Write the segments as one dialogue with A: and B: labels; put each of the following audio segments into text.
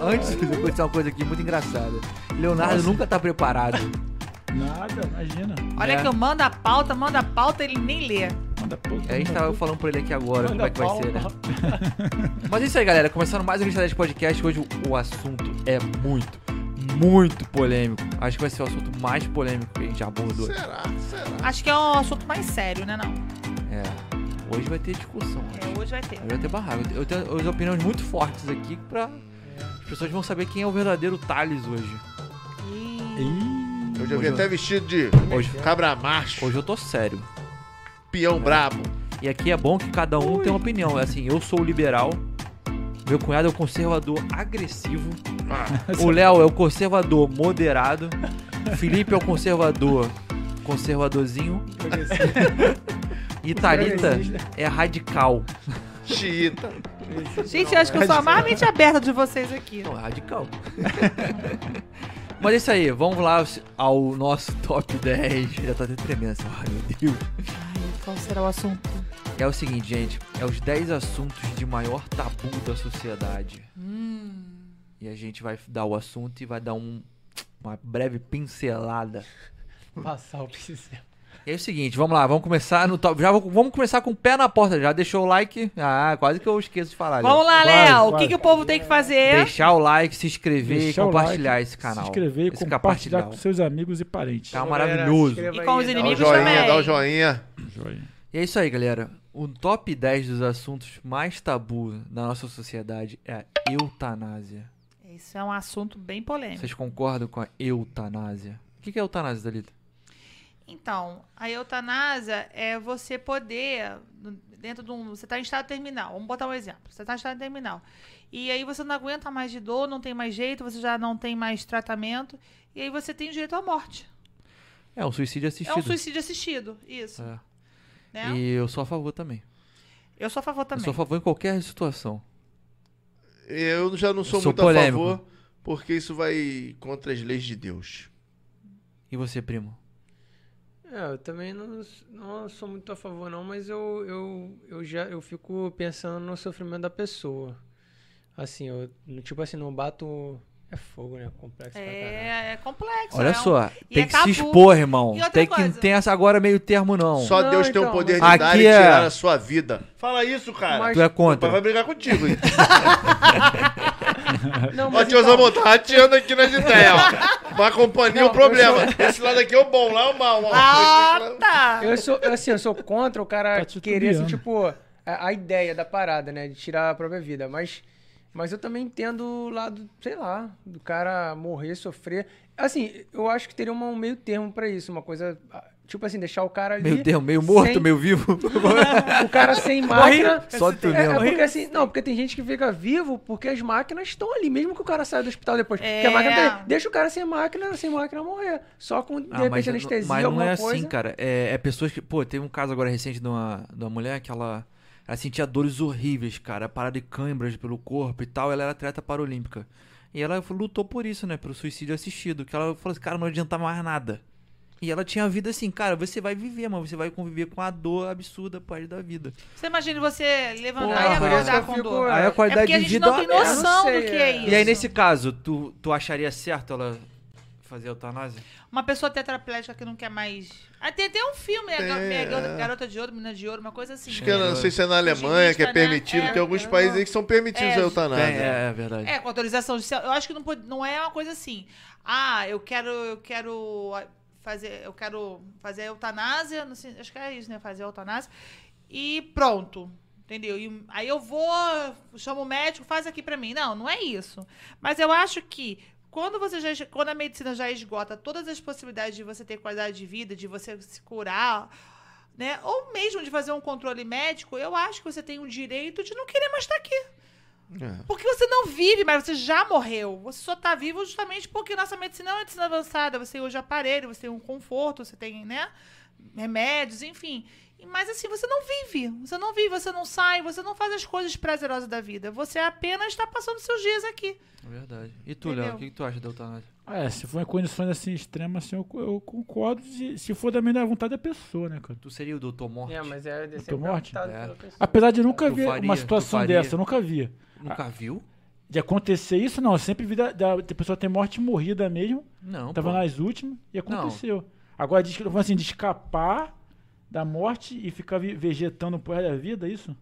A: Antes, eu vou dizer uma coisa aqui muito engraçada. Leonardo
B: Nossa.
A: nunca tá preparado.
B: Nada, imagina.
C: Olha
A: É.
C: que eu mando a pauta, mando a pauta, ele nem lê.
B: Manda pouco.
A: A gente tava falando pra ele aqui agora como
B: Olha
A: é que vai
B: a
A: ser, né?
B: palma.
A: Mas é isso aí, galera. Começando mais um Lista 10 Podcast. Hoje o- o assunto é muito, muito polêmico. Acho que vai ser o assunto mais polêmico que a gente já abordou.
D: Será? Será?
C: Acho que é um assunto mais sério, né? Não.
A: É. Hoje vai ter discussão. acho.
C: É, hoje vai ter.
A: Hoje vai ter barraco. Eu tenho eu tenho opiniões muito fortes aqui pra. As pessoas vão saber quem é o verdadeiro Thales hoje.
C: Ih,
B: Ih,
D: Hoje
A: Hoje
D: eu vim
A: eu-
D: até vestido de
A: Hoje,
D: cabra macho,
A: hoje eu tô sério.
D: peão brabo.
A: E aqui é bom que cada um tem uma opinião. É assim, eu sou o liberal, meu cunhado é o conservador agressivo,
D: Ah,
A: o Léo é o conservador moderado, Felipe é o conservador conservadorzinho
B: progressista,
A: e Thalita
B: progressista.
A: é radical.
D: Chiita.
C: Gente, eu acho que eu sou a mais mente aberta de vocês aqui.
A: Não, é radical. Mas é isso aí, vamos lá ao nosso top 10. Já tá até tremendo essa. Ai, meu Deus.
C: Ai, qual será o assunto?
A: É o seguinte, gente. É os 10 assuntos de maior tabu da sociedade.
B: Hum.
A: E a gente vai dar o assunto e vai dar um- uma breve pincelada.
B: Passar o pincel.
A: E é o seguinte, vamos lá, vamos começar no top. Já vou- vamos começar com o pé na porta. Já deixou o like? Ah, quase que eu esqueço de falar.
C: Vamos
A: Léo.
C: lá,
B: Quase,
C: Léo. O
B: quase.
C: que, que o povo tem que fazer?
A: Deixar o like, se inscrever
B: Deixar
A: e
B: o
A: compartilhar
B: like,
A: esse canal.
B: Se inscrever e
A: esse
B: compartilhar com seus amigos e parentes.
D: Então,
A: Tá maravilhoso.
C: E com os
D: Dá o
C: Inimigos
D: joinha,
C: também.
D: dá o joinha.
B: Joia.
A: E é isso aí, galera. O top 10 dos assuntos mais tabu na nossa sociedade é a eutanásia.
C: Isso é um assunto bem polêmico.
A: Vocês concordam com a eutanásia? O que que é eutanásia, Dalita?
C: Então, a eutanásia é você poder, no- dentro de um. Você está em estado terminal, vamos botar um exemplo. Você está em estado terminal. E aí você não aguenta mais de dor, não tem mais jeito, você já não tem mais tratamento. E aí você tem direito à morte.
A: É um suicídio assistido.
C: É um suicídio assistido, isso.
A: É.
C: Né?
A: E eu sou a favor também.
C: Eu sou a favor
A: Eu
C: também.
A: sou a favor em qualquer situação.
D: Eu já não sou,
A: sou
D: muito
A: polêmico.
D: a favor, porque isso vai contra as leis de Deus.
A: E você, primo?
E: É, eu também não, s- não sou muito a favor não, mas eu, eu, eu já eu fico pensando no sofrimento da pessoa. Assim, eu no- tipo assim, não bato. É fogo, né? Complexo pra caralho.
C: É, é complexo.
A: Olha
C: é um-
A: só,
C: e
A: tem
C: é
A: que
C: tabu.
A: se expor, irmão.
C: E outra
A: Tem que
C: coisa.
A: não tem essa agora meio termo, não.
D: Só
E: Não,
D: Deus tem o
E: então,
D: poder
A: mas-
D: de dar
A: Aqui
D: e
A: é-
D: tirar a sua vida. Fala isso, cara.
E: Mas-
A: Tu é
D: O pai vai
A: contra.
D: brigar contigo. hein?
E: Não,
D: Ó,
E: mas
D: tio
E: então,
D: Zamon, tá rateando aqui nas ideias, ó. Vai companhia
E: Não,
D: o problema. Esse lado aqui é o bom, lá é o mal. ó.
C: Ah, tá!
E: eu sou, eu, assim, eu sou contra o cara
B: Tá titubeando.
E: querer, assim, tipo, a, a ideia da parada, né? De tirar a própria vida. Mas, mas eu também entendo o lado, sei lá, do cara morrer, sofrer. Assim, eu acho que teria uma- um meio termo pra isso, uma coisa. ah, Tipo assim, deixar o cara ali.
A: Meio termo, meio morto,
E: sem-
A: meio vivo.
E: O cara sem máquina.
A: Só tu
E: É, é
A: mesmo.
E: porque assim, não, porque tem gente que fica vivo porque as máquinas estão ali, mesmo que o cara saia do hospital depois.
C: É.
E: Porque a máquina tem- deixa o cara sem máquina, sem máquina morrer. Só com, de
A: Ah, mas,
E: repente,
A: não-
E: anestesia,
A: mas não
E: alguma
A: é
E: coisa.
A: assim, cara. É, é pessoas que. Pô, teve um caso agora recente de uma, de uma mulher que ela, ela sentia dores horríveis, cara. Parada de câimbras pelo corpo e tal. Ela era atleta paralímpica. E ela lutou por isso, né? Pelo suicídio assistido. Que ela falou assim, cara, não adianta mais nada. E ela tinha a vida assim, cara, você vai viver, mas você vai conviver com a dor absurda pro resto da vida.
C: Você imagina você levantar
A: Porra,
C: e
A: por isso
C: acordar
E: que
C: com
E: eu fico-
C: dor.
E: Aí a
C: É
A: qualidade
C: porque a
A: de
C: gente
A: vida é
C: não
A: uma
C: tem
A: merda.
C: noção
E: Eu não
C: do
E: sei,
C: que é
E: é.
C: isso.
A: E aí, né? nesse caso, tu, tu acharia certo ela fazer eutanásia?
C: Uma pessoa tetraplégica que não quer mais. Ah, tem até um filme, né?
D: Tem,
C: Gar- minha
D: é.
C: gar- Garota de Ouro, Menina de Ouro, uma coisa assim.
D: Acho que eu
C: né?
D: não sei se é na Alemanha que é
E: tá
C: Otimista, né?
D: permitido.
C: É.
D: Tem alguns países aí que são permitidos
C: É.
D: a
A: Tem,
D: eutanásia.
A: é, é verdade.
C: É, com autorização judicial. Eu acho que não, pode- não é uma coisa assim. Ah, eu quero. Eu quero ah, fazer. Eu quero fazer eutanásia. Não sei, acho que é isso, né? Fazer eutanásia. E pronto. Entendeu? E aí eu vou, chamo o médico, faz aqui pra mim. Não, não é isso. Mas eu acho que quando você já, es- quando a medicina já esgota todas as possibilidades de você ter qualidade de vida, de você se curar, né? Ou mesmo de fazer um controle médico, eu acho que você tem o direito de não querer mais estar aqui.
D: É.
C: Porque você não vive, mas você já morreu. Você só tá vivo justamente porque nossa medicina é uma medicina avançada. Você tem hoje aparelho, você tem um conforto, você tem, né? remédios, enfim. E- Mas assim, você não vive. Você não vive, você não sai, você não faz as coisas prazerosas da vida. Você apenas está passando seus dias aqui.
A: É verdade. E tu,
C: Entendeu?
A: Léo, o que, que tu acha da eutanásia?
B: É, se for em condições assim extremas, assim, eu, co- eu concordo. Se, se for também da vontade da pessoa, né, cara?
A: Tu seria o doutor morte?
E: É, mas é
B: Doutor Morte?
E: adaptado
A: É.
E: pela pessoa.
B: Apesar de nunca
A: Tu
B: ver
A: faria,
B: uma
A: tu
B: situação
A: faria.
B: dessa, eu nunca vi. Ah.
A: Nunca viu?
B: De acontecer isso, não. Eu sempre vi da, da, da pessoa ter morte morrida mesmo.
A: Não,
B: tava
A: pô.
B: nas últimas e aconteceu. Agora diz que falando assim, de escapar da morte e ficar vi- vegetando por resto da vida, é isso?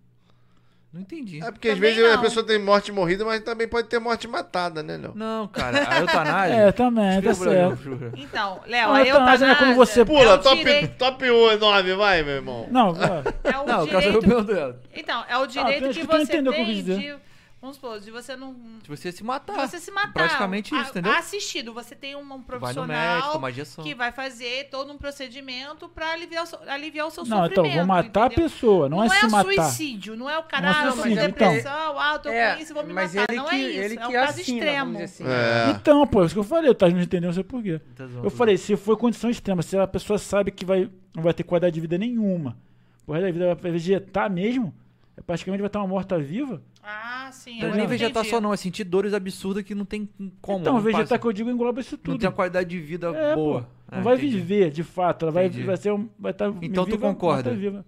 A: Não entendi.
D: É porque às
C: Também
D: vezes
C: não.
D: a pessoa tem morte morrida, mas também pode ter morte matada, né, Léo?
A: Não, cara, a eutanásia...
B: É, também, tá
A: Jura, Léo,
B: certo.
A: jura.
C: Então, Léo,
B: Ah,
C: a
B: eutanásia não é
C: eutanásia
B: quando você-
C: é
D: Pula,
C: o
D: top,
C: direito,
D: top 1 enorme, vai, meu irmão.
B: Não, é.
C: é o
A: Não, o cara
C: direito-
A: saiu pelo dedo.
C: Então, é o direito
B: acho
C: que
B: que tu
C: você
B: entendeu o que eu
C: tem
B: quis
C: de, vamos supor, de você não
A: De tipo, você se matar.
C: de você se matar.
A: Ah, Praticamente isso,
C: A-
A: entendeu?
C: Assistido, você tem um, um
A: Vai no médico,
C: profissional
A: toma injeção.
C: que vai fazer todo um procedimento pra aliviar o, so- aliviar o seu
B: não
C: sofrimento.
B: então, vou matar
C: entendeu? um
B: a pessoa, não, é se matar.
C: suicídio, não é o
B: Não é
C: caralho, não é
B: suicídio, então.
C: depressão, ah, eu tô com isso, vou me
E: É, mas
C: matar.
E: ele
C: não
E: que,
C: é isso,
E: ele
C: é um
E: que
C: caso
E: assina,
C: extremo.
E: vamos dizer
D: É.
E: assim.
B: Então, pô, é isso que eu falei, tá? Não entendeu, não sei por quê.
A: Tá zoando.
B: Eu falei, se for condição extrema, se a pessoa sabe que vai, não vai ter qualidade de vida nenhuma, por resto da vida vai vegetar mesmo, é praticamente vai estar uma morta-viva.
C: Ah,
A: Não
C: sim,
A: é
C: agora
A: nem
C: eu
A: vegetar
C: entendi.
A: só não, é sentir dores absurdas que não tem como.
B: Então,
A: não
B: vegetar
A: passa.
B: que eu digo engloba isso tudo.
A: Não tem uma qualidade de vida
B: É,
A: boa.
B: Não
A: Ah,
B: vai
A: entendi.
B: viver, de fato. Ela vai,
A: Entendi.
B: vai ser um. Vai tá,
A: Então tu
B: viva,
A: concorda?
B: morta Viva.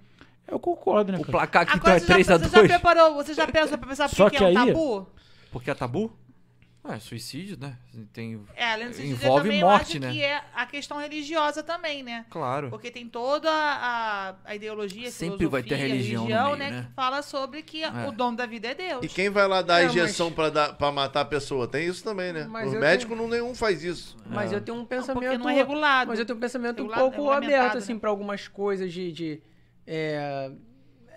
B: Eu concordo, né?
A: O
B: cara?
A: placar aqui então
C: Agora
A: é
C: você, já, tá-
A: 3 a
C: você já
A: 2
C: preparou, você já pensou pra pensar
B: Só
C: por que
B: que
C: é um
B: aí-
C: tabu?
A: Porque é tabu? Ah, é suicídio, né? Tem...
C: É, além de se dizer
A: Envolve
C: também,
A: morte,
C: eu acho
A: né?
C: que é a questão religiosa também, né?
A: Claro.
C: Porque tem toda a, a ideologia, a
A: Sempre vai ter
C: filosofia,
A: religião no meio, né?
C: Que fala sobre que
A: É.
C: o dom da vida é Deus.
D: E quem vai lá dar a
E: Não, mas-
D: injeção pra, dar- pra matar a pessoa? Tem isso também, né?
E: Mas
D: Os
E: eu
D: médicos não nenhum faz isso.
E: Mas eu tenho um
C: Não, porque
E: pensamento.
C: não é regulado.
E: Mas eu tenho um pensamento um
C: Regulado-
E: pouco
C: regulamentado,
E: aberto,
C: né?
E: assim, pra algumas coisas de. de, é,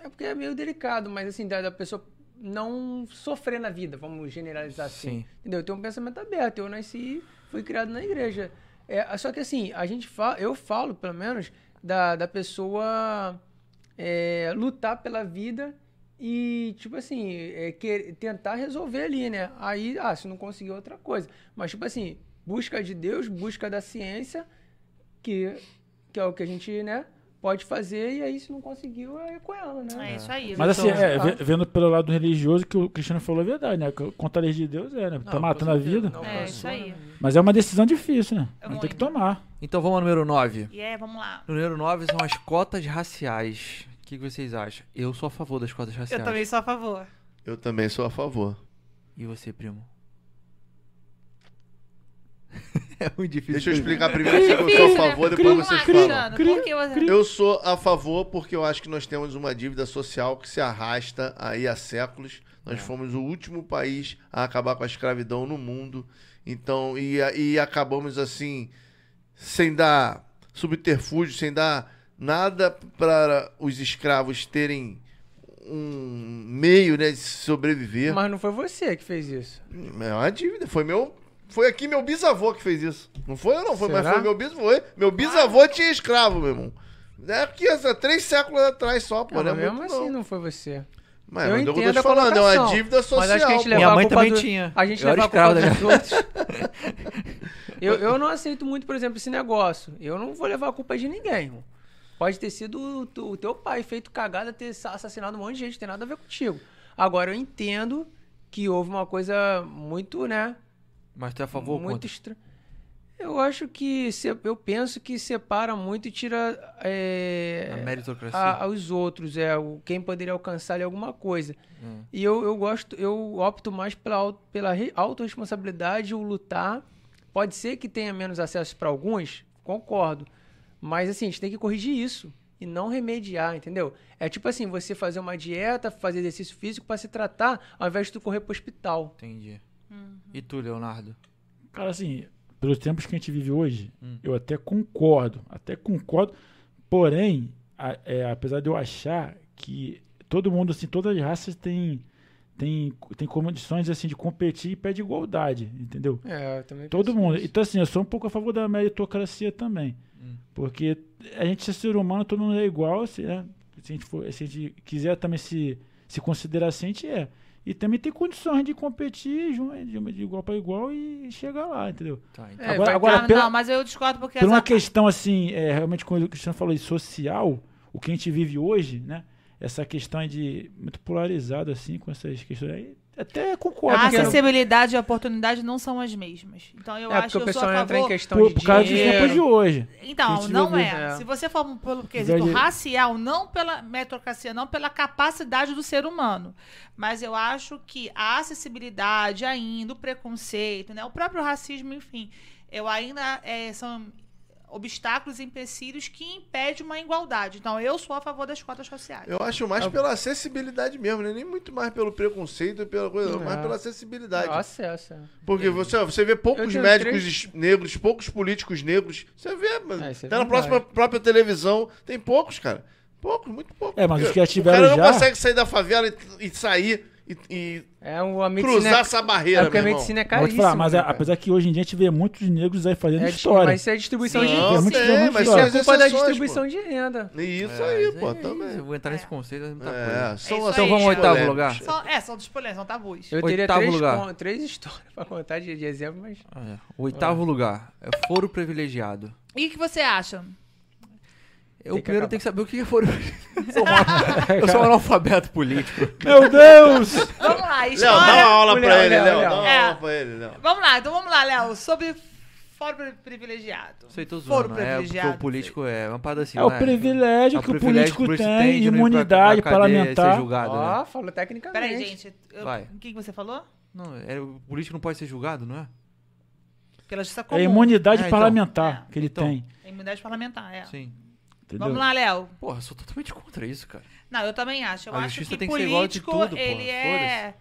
E: é porque é meio delicado, mas assim, da, da pessoa não sofrer na vida, vamos generalizar assim.
A: Sim.
E: Entendeu? Eu tenho um pensamento aberto. Eu nasci fui criado na igreja. É, só que assim, a gente fala, eu falo, pelo menos, da, da pessoa é, lutar pela vida e, tipo assim, é, que- tentar resolver ali, né? Aí, ah, se não conseguir outra coisa. Mas, tipo assim, busca de Deus, busca da ciência, que, que é o que a gente, né, pode fazer, e aí se não conseguiu, é com ela, né?
C: É isso aí.
B: Mas assim,
E: Então,
B: é,
E: tá.
B: ve- vendo pelo lado religioso, que o Cristiano falou é verdade, né? Que Contra a lei de Deus é, né? Tá
A: Não,
B: matando a vida.
E: Não
C: É,
E: funciona,
C: isso aí.
E: né?
B: Mas é uma decisão difícil, né?
C: É
B: Não tem que
C: muito.
B: tomar.
A: Então vamos ao número 9.
C: E é, vamos lá.
A: O número 9 são as cotas raciais. O que que vocês acham? Eu sou a favor das cotas raciais.
C: Eu também sou a favor.
D: Eu também sou a favor.
A: E você, primo? é muito difícil.
D: Deixa eu explicar primeiro o que eu sou a favor, depois
C: Vamos lá,
D: vocês falam.
C: Cristiano,
B: Cri-
C: por que você...
D: Eu sou a favor porque eu acho que nós temos uma dívida social que se arrasta aí há séculos. Nós fomos o último país a acabar com a escravidão no mundo. Então, e, a- e acabamos assim, sem dar subterfúgio, sem dar nada para os escravos terem um meio né, de sobreviver.
E: Mas não foi você que fez isso.
D: É uma dívida. Foi meu. Foi aqui meu bisavô que fez isso. Não foi eu, não. Foi, mas
E: Será?
D: foi meu bisavô. Foi. Meu bisavô tinha escravo, meu irmão. É aqui há três séculos atrás só, pô.
E: Não,
D: né?
E: mas mesmo
D: Muito
E: assim,
D: não.
E: não foi você.
D: Mas
E: eu
D: é o que
E: entendo
D: eu tô te
E: a
D: falando, é uma
E: colocação,
D: dívida social.
E: Mas acho que a gente
D: pô.
E: leva
A: Minha mãe
E: a culpa
A: também
E: do-
A: tinha.
E: A gente
A: Eu era
E: leva a culpa
A: escravo da
E: dos outros. eu, eu não aceito muito, por exemplo, esse negócio. Eu não vou levar a culpa de ninguém, irmão. Pode ter sido o tu- o teu pai feito cagada, ter sa- assassinado um monte de gente, tem nada a ver contigo. Agora, eu entendo que houve uma coisa muito, né?
A: Mas tu é a favor ou
E: muito
A: contra?
E: estranha. Eu acho que. se- Eu penso que separa muito e tira. é,
A: A meritocracia?
D: assim.
E: a- aos outros, é o, quem poderia alcançar ali alguma coisa.
D: Hum.
E: E eu, eu gosto, eu opto mais pela, au- pela re- autorresponsabilidade, o lutar. Pode ser que tenha menos acesso para alguns, concordo. Mas assim, a gente tem que corrigir isso e não remediar, entendeu? É tipo assim, você fazer uma dieta, fazer exercício físico para se tratar, ao invés de tu correr pro hospital.
A: Entendi. E tu, Leonardo?
B: Cara, assim, pelos tempos que a gente vive hoje,
A: Hum.
B: eu até concordo. Até concordo. Porém, a- é, apesar de eu achar que todo mundo, assim, todas as raças têm, têm, têm condições assim, de competir e pede igualdade, entendeu?
E: É, eu também
B: Todo mundo. Então, assim, eu sou um pouco a favor da meritocracia também. Porque a gente é ser humano, todo mundo é igual, se, né? se, a, gente for- se a gente quiser também se, se considerar assim, a gente é. e também ter condições de competir ju- de, de igual para igual e chegar lá, entendeu?
A: Tá, então.
E: É,
B: Agora-
E: vai
B: agora-
E: ter-
C: não,
B: pela-
C: não, mas eu discordo porque...
B: Por uma
C: essa-
B: questão assim, é, realmente como o Cristiano falou, aí, social, o que a gente vive hoje, né? Essa questão aí de muito polarizado assim com essas questões aí, até
E: Ah,
B: concordo.
C: A
B: cara.
C: acessibilidade e a oportunidade não são as mesmas. Então eu
E: é
C: acho que
E: porque o
C: eu sou a
E: pessoal entra em
C: favor...
E: questão
B: por,
E: de
B: por causa dos tempos de
E: dinheiro.
B: hoje.
C: Então,
B: Gente,
C: não
B: meu
C: é.
E: Deus.
C: Se você for pelo quesito
B: Verdade.
C: racial, não pela meritocracia, não pela capacidade do ser humano. Mas eu acho que a acessibilidade ainda, o preconceito, né? O próprio racismo, enfim, eu ainda eh, são obstáculos e empecilhos que impedem uma igualdade. Então, eu sou a favor das cotas sociais.
D: Eu acho mais
E: É.
D: pela acessibilidade mesmo, né? Nem muito mais pelo preconceito, e pela coisa,
E: É.
D: mas pela
B: um-
D: acessibilidade.
E: Acesso. é.
D: Porque você, você vê
E: Eu
D: poucos
E: tenho
D: médicos
E: três-
D: es- negros, poucos políticos negros. Você vê, mano.
E: É, isso é
D: Até na
E: verdade.
D: próxima, própria televisão, tem poucos, cara. Poucos, muito poucos.
B: É, mas os que já
D: O
B: tiveram já-
D: cara não consegue sair da favela e, e sair e, e
E: É um, a medicina
D: cruzar
E: é-
D: essa
E: é
D: barreira,
E: porque a
D: meu irmão.
E: medicina é
B: Mas Vou te
E: caríssima.
B: falar, mas a-
E: né, cara?
B: apesar que hoje em dia a gente vê muitos negros aí fazendo
E: É, tipo,
B: história.
E: Mas isso é distribuição de
D: Não,
E: renda.
B: muito
D: sei,
B: problema
D: mas
B: social.
D: são
E: É
D: as
E: culpa da
D: exceções,
E: distribuição de renda.
D: pô. E isso
A: É,
D: aí,
A: mas
D: pô,
A: é
D: também.
A: isso, Vou entrar nesse
C: É.
A: conceito, é muita coisa.
D: É, são
C: isso aí,
D: as
A: Então vamos ao
C: cara.
A: oitavo
D: polêmicas.
A: lugar.
C: São, é, são despolês, são tabus.
E: Eu teria
A: Oitavo
E: três,
A: lugar.
E: con- três histórias pra contar de, de exemplo, mas.
A: Ah, é. O oitavo lugar é foro privilegiado.
C: E o que você acha?
A: Eu
E: Tem que
A: primeiro
E: acabar.
A: tenho que saber o que é foro privilegiado. Eu sou um analfabeto político.
B: Meu Deus!
C: Vamos lá,
D: Léo, dá
C: história...
D: uma aula pra
E: Léo,
D: ele,
E: Léo,
D: Léo. Dá
E: Léo.
D: uma
C: É.
D: aula pra ele, Léo.
C: Vamos lá, então vamos lá, Léo. Sobre foro privilegiado.
A: Sei, tô
C: Foro
A: zoando, né? É porque o político é uma parada assim,
B: É o
A: né?
B: privilégio
A: É
B: que o
A: privilégio
B: político
A: Bruce
B: tem,
A: de não ir pra-
B: imunidade
A: pra cadeia e Ser
B: parlamentar.
A: julgado, né?
E: Ó, falou tecnicamente.
C: Peraí, gente. eu-
A: Vai.
C: O que que você falou?
A: Não, é, o político não pode ser julgado, não é?
C: Pela justiça comum.
B: É a imunidade
A: É, então.
B: parlamentar que ele
A: Então.
B: tem.
C: É Imunidade parlamentar, é.
A: Sim.
B: Entendeu?
C: Vamos lá, Léo.
A: Porra, eu sou totalmente contra isso, cara.
C: Não, eu também acho. Eu
A: A
C: acho
A: justiça
C: que
A: tem que ser igual de
C: político,
A: tudo, pô.
C: ele é...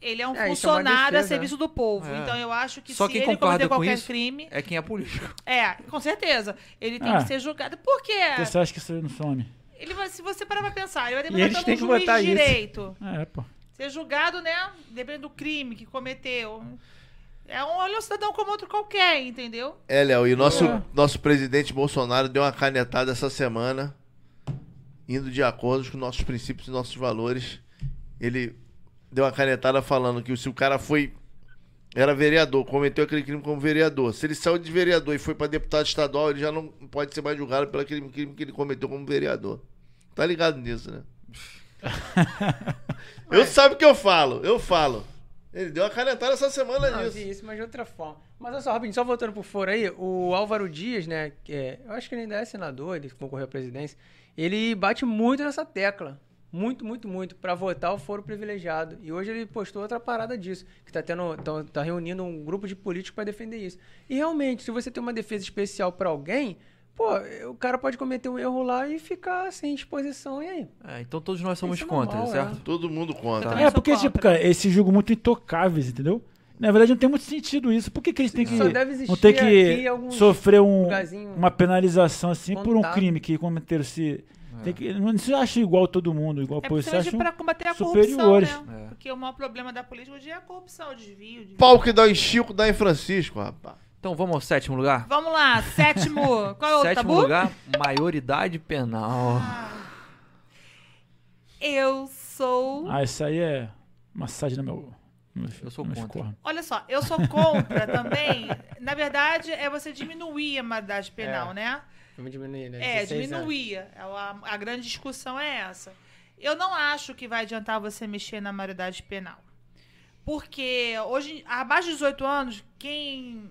C: Ele é um
E: É, isso é uma
C: funcionário a
E: defesa.
C: serviço do povo.
A: É.
C: Então eu acho que
A: Só
C: se
A: quem
C: ele
A: concorda
C: cometer
A: com
C: qualquer
A: isso-
C: crime...
A: É quem é político.
C: É, com certeza. Ele tem
B: Ah.
C: que ser julgado. Por quê?
B: Porque Você acha que isso aí não some?
C: Ele vai, se você parar pra pensar, ele vai
E: E eles
C: ter
E: têm
C: que
E: que
C: botar um
E: botar
C: juiz de
E: isso.
C: direito.
B: É, pô.
C: Ser julgado, né? Dependendo do crime que cometeu. É um, ele é um cidadão como outro qualquer, entendeu?
D: É, Léo, e nosso,
B: É.
D: nosso presidente Bolsonaro deu uma canetada essa semana, indo de acordo com nossos princípios e nossos valores. Ele deu uma canetada falando que se o cara foi. Era vereador, cometeu aquele crime como vereador. Se ele saiu de vereador e foi pra deputado estadual, ele já não pode ser mais julgado pelo aquele crime que ele cometeu como vereador. Tá ligado nisso, né? eu sabe o que eu falo, eu falo. Ele deu uma canetada essa semana
E: Não, eu
D: nisso.
E: vi isso, mas de outra forma. Mas olha só, Robin, só voltando pro foro aí, o Álvaro Dias, né, que é- eu acho que ele ainda é senador, ele concorreu à presidência, ele bate muito nessa tecla. Muito, muito, muito, pra votar o foro privilegiado. E hoje ele postou outra parada disso, que tá, tendo, tá, tá reunindo um grupo de políticos pra defender isso. E realmente, se você tem uma defesa especial pra alguém, pô, o cara pode cometer um erro lá e ficar sem exposição, e aí?
A: É, então todos nós somos
E: Isso é
A: contra,
E: normal,
A: certo?
D: Todo mundo conta.
C: Tá.
B: É,
C: sou
B: porque, tipo,
C: contra.
B: cara, esse jogo muito intocáveis, entendeu? Na verdade, não tem muito sentido isso. Por que, que eles têm que.
E: Só deve existir
B: não tem
E: aqui
B: que
E: alguns
B: sofrer um-
E: lugarzinho
B: uma penalização assim por um
E: contábil.
B: crime que cometeram se.
A: É.
B: Tem que, não se acha igual todo mundo, igual
C: É
B: pô, você acha
C: principalmente
B: um-
C: pra combater a
B: superiores.
C: corrupção, né?
A: É.
C: Porque o maior problema da política hoje é a corrupção, o desvio. de-
D: pau que dá em Chico, dá em Francisco, rapaz.
A: Então vamos ao sétimo lugar?
C: Vamos lá, sétimo. Qual é o
A: sétimo
C: tabu?
A: lugar, maioridade penal.
C: Eu sou.
B: Ah, isso aí é massagem no meu. no-
A: Eu sou
B: no
A: contra.
B: escorno.
C: Olha só, eu sou contra também. Na verdade, é você diminuir a maioridade penal,
A: É.
C: né?
E: Vamos diminuir, né?
C: É,
E: 16 anos.
C: diminuir. É A, a grande discussão é essa. Eu não acho que vai adiantar você mexer na maioridade penal. Porque hoje, abaixo de 18 anos, quem,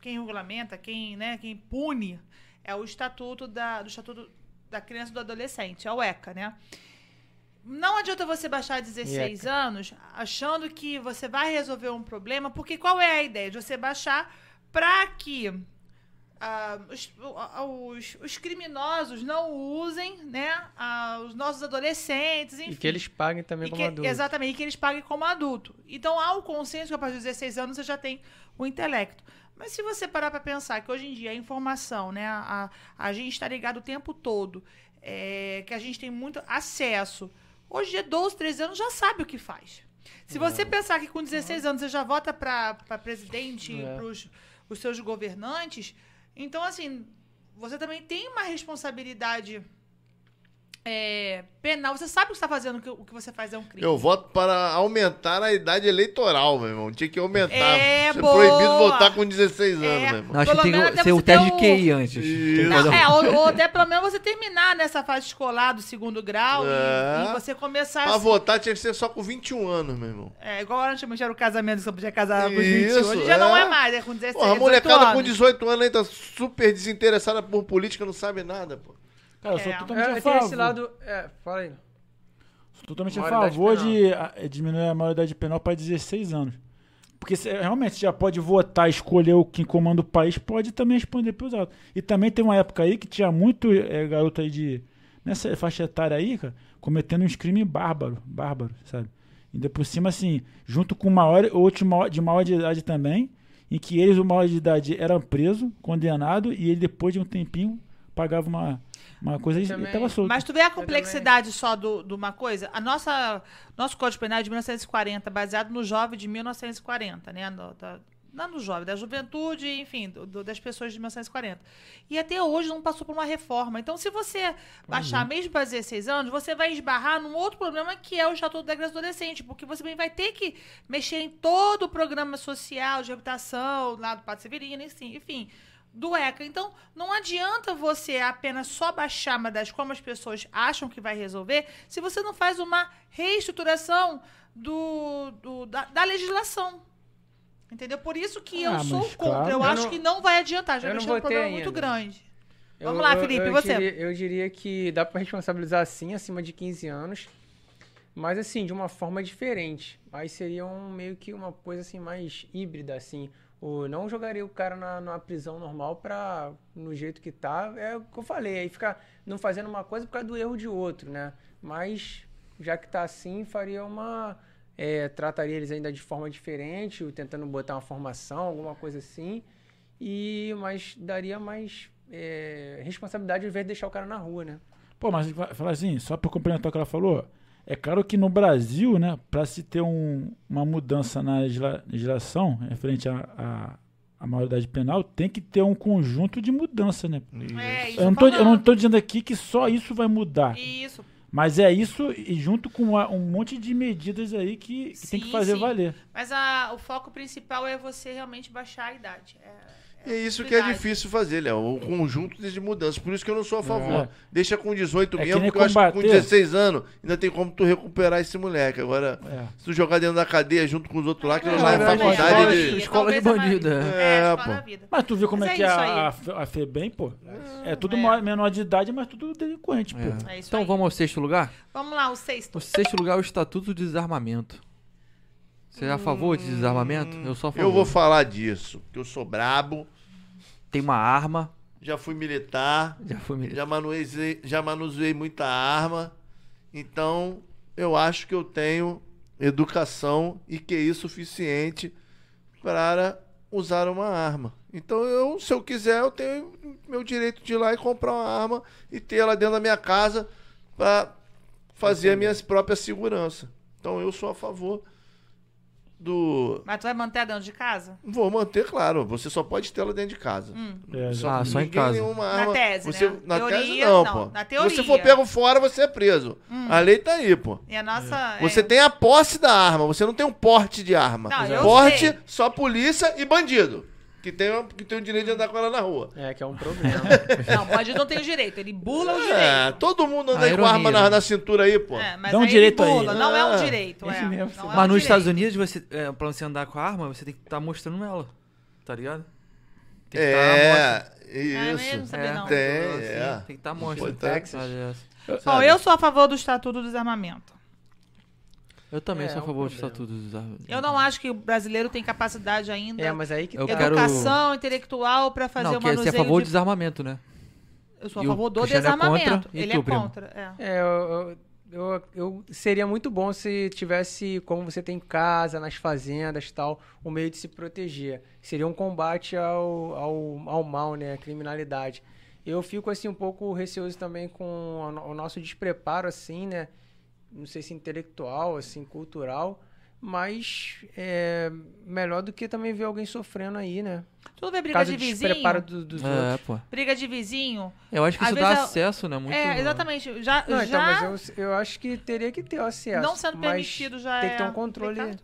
C: quem regulamenta, quem, né, quem pune é o Estatuto da, do Estatuto da Criança e do Adolescente, é o ECA, né? Não adianta você baixar 16 anos achando que você vai resolver um problema, porque qual é a ideia? De você baixar para que ah, os, ah, os, os criminosos não usem né, ah, os nossos adolescentes, enfim.
E: E que eles paguem também
C: E
E: como
C: que-
E: adulto.
C: Exatamente, e que eles paguem como adulto. Então há o consenso que a partir dos 16 anos você já tem o intelecto. Mas se você parar para pensar que hoje em dia a informação, né, a, a gente está ligado o tempo todo, é, que a gente tem muito acesso. Hoje em dia, 12, 13 anos já sabe o que faz.
E: É.
C: Se você pensar que com 16 anos você já vota para presidente,
E: Uhum. É.
C: para os seus governantes, então assim, você também tem uma responsabilidade é, penal, você sabe o que você tá fazendo, que o que você faz é um crime.
D: Eu voto para aumentar a idade eleitoral, meu irmão. Tinha que aumentar.
C: É,
D: Isso
C: boa.
D: proibido votar com 16 anos,
C: É.
D: meu irmão.
A: Não, acho que
C: Pelo
A: tem
C: menos
A: que
C: até
A: ser o
C: você ter
A: teste de
C: o-
A: QI antes. Então
D: Isso.
A: Mas,
C: Não, é, ou, ou até pelo menos você terminar nessa fase escolar do segundo grau e-
D: É.
C: e, você começar
D: Pra
C: assim.
D: votar tinha que ser só com 21 anos, meu irmão.
C: É, igual antigamente era o casamento que você podia casar com 20.
D: Isso,
C: Hoje já não
D: é.
C: é mais, é com 16,
D: Porra, a
C: 18
D: molecada
C: anos.
D: com 18 anos ainda tá super desinteressada por política, não sabe nada, pô.
B: Cara, eu sou
C: É,
B: totalmente Então,
E: É,
B: a
E: tem
B: favor.
E: esse lado. É, fala aí.
B: Sou totalmente a
E: Maioridade
B: favor de a- diminuir a maioridade penal para 16 anos. Porque você, realmente você já pode votar, escolher o quem comanda o país, pode também responder pelos atos. E também tem uma época aí que tinha muito eh, garoto aí de. nessa faixa etária aí, cara, cometendo uns crimes bárbaros, bárbaros, sabe? Ainda por cima, assim, junto com maior, outro maior- de maior de idade também, em que eles, o maior de idade, eram preso, condenado, e ele depois de um tempinho pagava uma, uma coisa e e
E: Também.
B: tava solto.
C: Mas tu vê a complexidade só do- de uma coisa? A nossa, nosso Código Penal é de 1940, baseado no jovem de 1940, né? No- da- não no jovem, da juventude, enfim, do- do- das pessoas de 1940. E até hoje não passou por uma reforma. Então, se você baixar mesmo para 16 anos, você vai esbarrar num outro problema que é o Estatuto da Criança e do Adolescente, porque você também vai ter que mexer em todo o programa social de habitação, lá do Pato Severino, enfim, enfim, do ECA. Então, não adianta você apenas só baixar uma das como as pessoas acham que vai resolver, se você não faz uma reestruturação do, do- da, da legislação. Entendeu? Por isso que
B: Ah,
C: eu sou
B: mas
C: contra. Eu,
B: claro.
E: Eu
C: acho
E: não-
C: que não vai adiantar. Já
E: eu não
C: deixou um
E: votei
C: problema muito
E: ainda.
C: grande.
E: Eu-
C: Vamos lá,
E: eu-
C: Felipe,
E: eu
C: você.
E: diria- eu diria que dá pra responsabilizar sim, acima de 15 anos, mas assim, de uma forma diferente. Aí seria um, meio que uma coisa assim mais híbrida, assim. O, não jogaria o cara na, numa prisão normal pra, no jeito que tá, é o que eu falei, aí ficar não fazendo uma coisa por causa do erro de outro, né? Mas, já que tá assim, faria uma... é, trataria eles ainda de forma diferente, ou tentando botar uma formação, alguma coisa assim, e mas daria mais é, responsabilidade ao invés de deixar o cara na rua, né?
B: Pô, mas fa- falar assim, só para complementar o que ela falou, é claro que no Brasil, né, para se ter um- uma mudança na legisla- legislação referente à- à à maioridade penal, tem que ter um conjunto de mudança, né?
C: É, isso
B: Eu não, tô, eu
C: falando.
B: não tô dizendo aqui que só isso vai mudar,
C: Isso.
B: mas é isso e junto com a- um monte de medidas aí que, que tem que
C: Sim,
B: fazer
C: sim.
B: valer.
C: Mas a- o foco principal é você realmente baixar a idade. É.
D: É isso que é
C: Verdade.
D: difícil fazer, Léo. O conjunto de mudanças. Por isso que eu não sou a favor.
B: É.
D: Deixa com 18
B: É que
D: mesmo,
B: nem
D: porque eu acho que com
B: combater.
D: 16 anos ainda tem como tu recuperar esse moleque. Agora,
B: É.
D: se tu jogar dentro da cadeia junto com os outros lá, que
C: É,
D: Ah, não vai
B: é
D: na
B: verdade.
D: faculdade
A: Escola de-
D: de.
A: escola de
C: Talvez a maioria-
A: bandido, é.
C: É,
D: É,
C: escola
D: pô.
C: da vida.
B: Mas tu viu como
C: Mas
B: é
C: é
B: que é
C: isso
B: a,
C: aí.
B: a Fe- a FEBEM, pô? É tudo
C: É.
B: maior- menor de idade, mas tudo delinquente, pô.
A: É.
C: É isso
A: Então
C: aí.
A: vamos ao sexto lugar?
C: Vamos lá, o sexto.
A: O sexto lugar é o Estatuto de Desarmamento. Você é a favor de desarmamento? Eu sou a favor.
D: Eu vou falar disso, que eu sou brabo,
A: Tem uma arma.
D: já fui militar,
A: Já foi militar.
D: já manuseei, já manuseei muita arma. Então, eu acho que eu tenho educação e QI suficiente para usar uma arma. Então, eu, se eu quiser, eu tenho meu direito de ir lá e comprar uma arma e ter ela dentro da minha casa para fazer a minha própria segurança. Então, eu sou a favor do.
C: Mas tu vai manter dentro de casa?
D: Vou manter, claro, você só pode ter ela dentro de casa.
B: É,
A: Ah, só em
D: Ninguém
A: casa.
D: nenhuma
C: Na
D: arma-
C: tese,
D: você,
C: né?
D: Na
C: Teoria,
D: tese não,
C: não.
D: pô.
C: Na teoria.
D: Se você for pego fora, você é preso. A lei tá aí, pô.
C: E a nossa. é-
D: Você tem a posse da arma, você não tem um porte de arma.
C: Não, eu
D: porte,
C: sei.
D: só polícia e bandido. Que tem, que tem o direito de andar com ela na rua.
E: É, que é um problema.
C: Não, pode não tem o direito. Ele bula o direito.
A: tá
D: É, todo mundo
A: A
D: anda aí com
A: ironia,
D: a arma na,
A: né?
D: na cintura aí, pô.
C: É, mas
B: Dá um
C: aí
B: direito
C: ele
B: aí.
C: bula. Não é um
D: Ah,
C: direito. É.
E: esse mesmo,
C: Não é
A: Mas
C: um
A: nos Estados
C: direito.
A: Unidos, você, é, pra você andar com a arma, você tem que estar mostrando ela. Tá ligado? Tem que tá à mostra.
D: É,
C: Ah, eu não
D: isso.
C: sabia, não.
D: Tem,
A: Assim,
D: é.
A: Tem que estar tá é à mostra.
D: Foi Texas.
A: Olha essa.
C: Bom,
D: Sabe?
C: eu sou a favor do Estatuto do Desarmamento.
A: Eu também
E: É,
A: sou
E: é
A: a
E: um
A: favor do
E: problema.
A: Estatuto do Desarmamento.
C: Eu não acho que o brasileiro tem capacidade ainda.
E: é, mas aí que
A: Eu
E: tá.
A: quero-
C: Educação intelectual pra fazer
A: Não,
C: o
A: que você é
C: manuseio
A: a favor do
C: de...
A: desarmamento, né?
C: Eu sou a
A: E o
C: favor do
A: Cristiano é contra,
C: desarmamento.
A: e
C: Ele
A: tu,
C: é
A: primo?
C: contra. é.
E: É, eu, eu, eu- eu- seria muito bom se tivesse, como você tem em casa, nas fazendas e tal, um meio de se proteger. Seria um combate ao, ao, ao mal, né? À criminalidade. Eu fico, assim, um pouco receoso também com o no- o nosso despreparo, assim, né? Não sei se intelectual, assim, cultural, Mas é melhor do que também ver alguém sofrendo aí, né?
C: Tudo vê
E: Por
C: briga
E: causa
C: de
E: do
C: vizinho.
E: despreparo do- dos
A: É,
E: outros.
A: pô.
C: Briga de vizinho.
A: Eu acho que
C: Às
A: isso
C: vezes
A: dá
C: a-
A: acesso, né? Muito.
C: é, exatamente. Já,
E: Não,
C: já
E: então, mas eu, eu acho que teria que ter o acesso.
C: não sendo
E: mas
C: permitido já
E: Tem
C: é
E: que ter um controle.
C: complicado.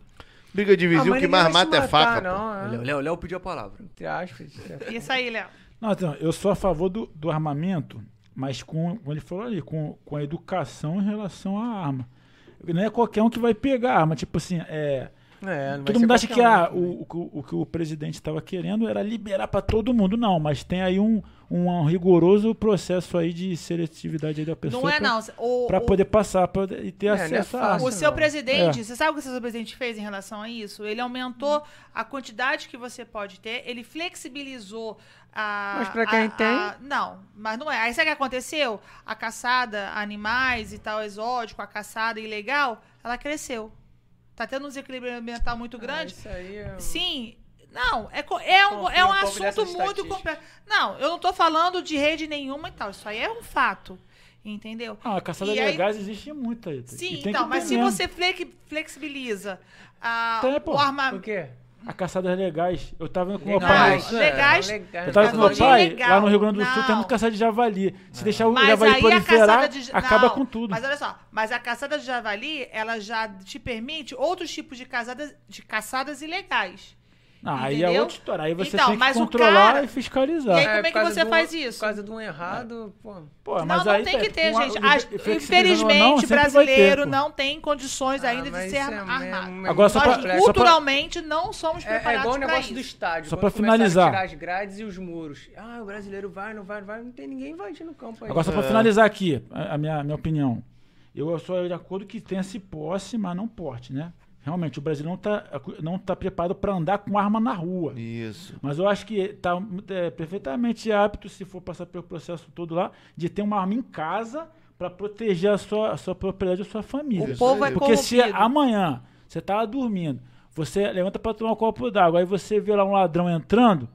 D: Briga de
E: Ah,
D: vizinho,
E: mas
D: o que
E: ninguém
D: mais
E: vai se
D: mata é
E: matar,
D: faca. pô.
E: Não,
A: Léo,
E: é.
A: Léo, Léo pediu a palavra.
E: Entre aspas. é.
C: Isso aí, Léo.
B: Não, então, eu sou a favor do, do armamento, mas com, como ele falou ali, com, com a educação em relação à arma. Não é qualquer um que vai pegar a arma. Tipo assim, é,
E: É, não vai
B: todo
E: ser
B: mundo acha que
E: qualquer um,
B: ah,
E: né?
B: o, o que o- o que o presidente estava querendo era liberar para todo mundo. Não, mas tem aí um, um rigoroso processo aí de seletividade aí da pessoa.
C: Não é,
B: pra-
C: não. O,
B: Pra
C: o-
B: poder passar pra, e ter
E: É, não é
B: acesso à
E: fácil.
B: arma.
C: o seu
E: não.
C: presidente,
B: É.
C: você sabe o que o seu presidente fez em relação a isso? Ele aumentou a quantidade que você pode ter, ele flexibilizou a.
E: Mas pra quem
C: a-
E: tem?
C: a- não, mas não é. Aí sabe o que aconteceu? A caçada a animais e tal, exótico, a caçada ilegal, ela cresceu. Tá tendo um desequilíbrio ambiental muito grande.
E: Ah, isso aí é...
C: Sim. Não, é, co- é um,
E: Confia
C: é um
E: um pouco nessas
C: assunto muito
E: estatísticas.
C: complexo. Não, eu não tô falando de rede nenhuma e tal. Isso aí é um fato. Entendeu?
B: Ah, caçada
C: E
B: de
C: aí-
B: legais existe muito aí. E
C: Sim,
B: tem
C: então,
B: que
C: mas
B: ter
C: se
B: mesmo.
C: você fle- flexibiliza a,
B: Tá, pô.
C: o
E: O
C: armamento.
E: quê?
B: A caçada de legais. Eu tava vendo com meu
E: Legal.
B: pai.
C: Não,
E: é.
C: legais-
E: Legal.
B: Eu tava com meu
C: Caçador
B: pai,
C: ilegal.
B: lá no Rio Grande do Sul,
C: Não.
B: tem muito caçada de javali. Se deixar o
C: Mas
B: javali
C: aí a
B: proliferar,
C: caçada de
B: acaba
C: não,
B: com tudo.
C: Mas olha só, mas a caçada de javali, ela já te permite outros tipos de caçadas, de caçadas ilegais.
B: Ah, aí é
C: entendeu?
B: outra história. Aí você
C: Então,
B: tem que
C: mas o
B: controlar
C: cara-
B: e fiscalizar.
C: E aí- como é que
E: por causa
C: você
E: do-
C: faz isso?
E: Por causa de um errado, pô.
B: Pô,
C: não,
B: mas
C: não
B: aí,
C: tem que
B: pô,
C: ter,
B: com a-
C: gente.
B: o-
C: As-
B: flexibilizando ou não,
C: infelizmente,
B: sempre vai ter,
C: brasileiro
B: pô.
C: não tem condições
E: Ah,
C: ainda
E: mas
C: de ser
E: isso é-
C: armado.
E: é-
B: Agora, só
C: Nós
B: pra- só pra-
C: culturalmente não somos
E: É, é
C: preparados
E: igual o
C: para
E: negócio do
C: isso.
E: estádio.
B: Só
E: quando
B: pra
E: começaram a
B: finalizar.
E: Tirar as grades e os muros. Ah, o brasileiro vai, não vai, não vai. Não tem ninguém invadindo o campo aí.
B: Agora, só
C: é.
B: pra finalizar aqui, a, a minha, a minha opinião. Eu sou de acordo que tenha-se posse, mas não porte, né? Realmente, o Brasil não tá, não tá preparado para andar com arma na rua.
D: Isso.
B: Mas eu acho que tá é, perfeitamente apto, se for passar pelo processo todo lá, de ter uma arma em casa para proteger a sua, a sua propriedade e a sua família.
C: O povo é
B: Porque se
C: corrompido.
B: amanhã você tá lá dormindo, você levanta para tomar um copo d'água, aí você vê lá um ladrão entrando,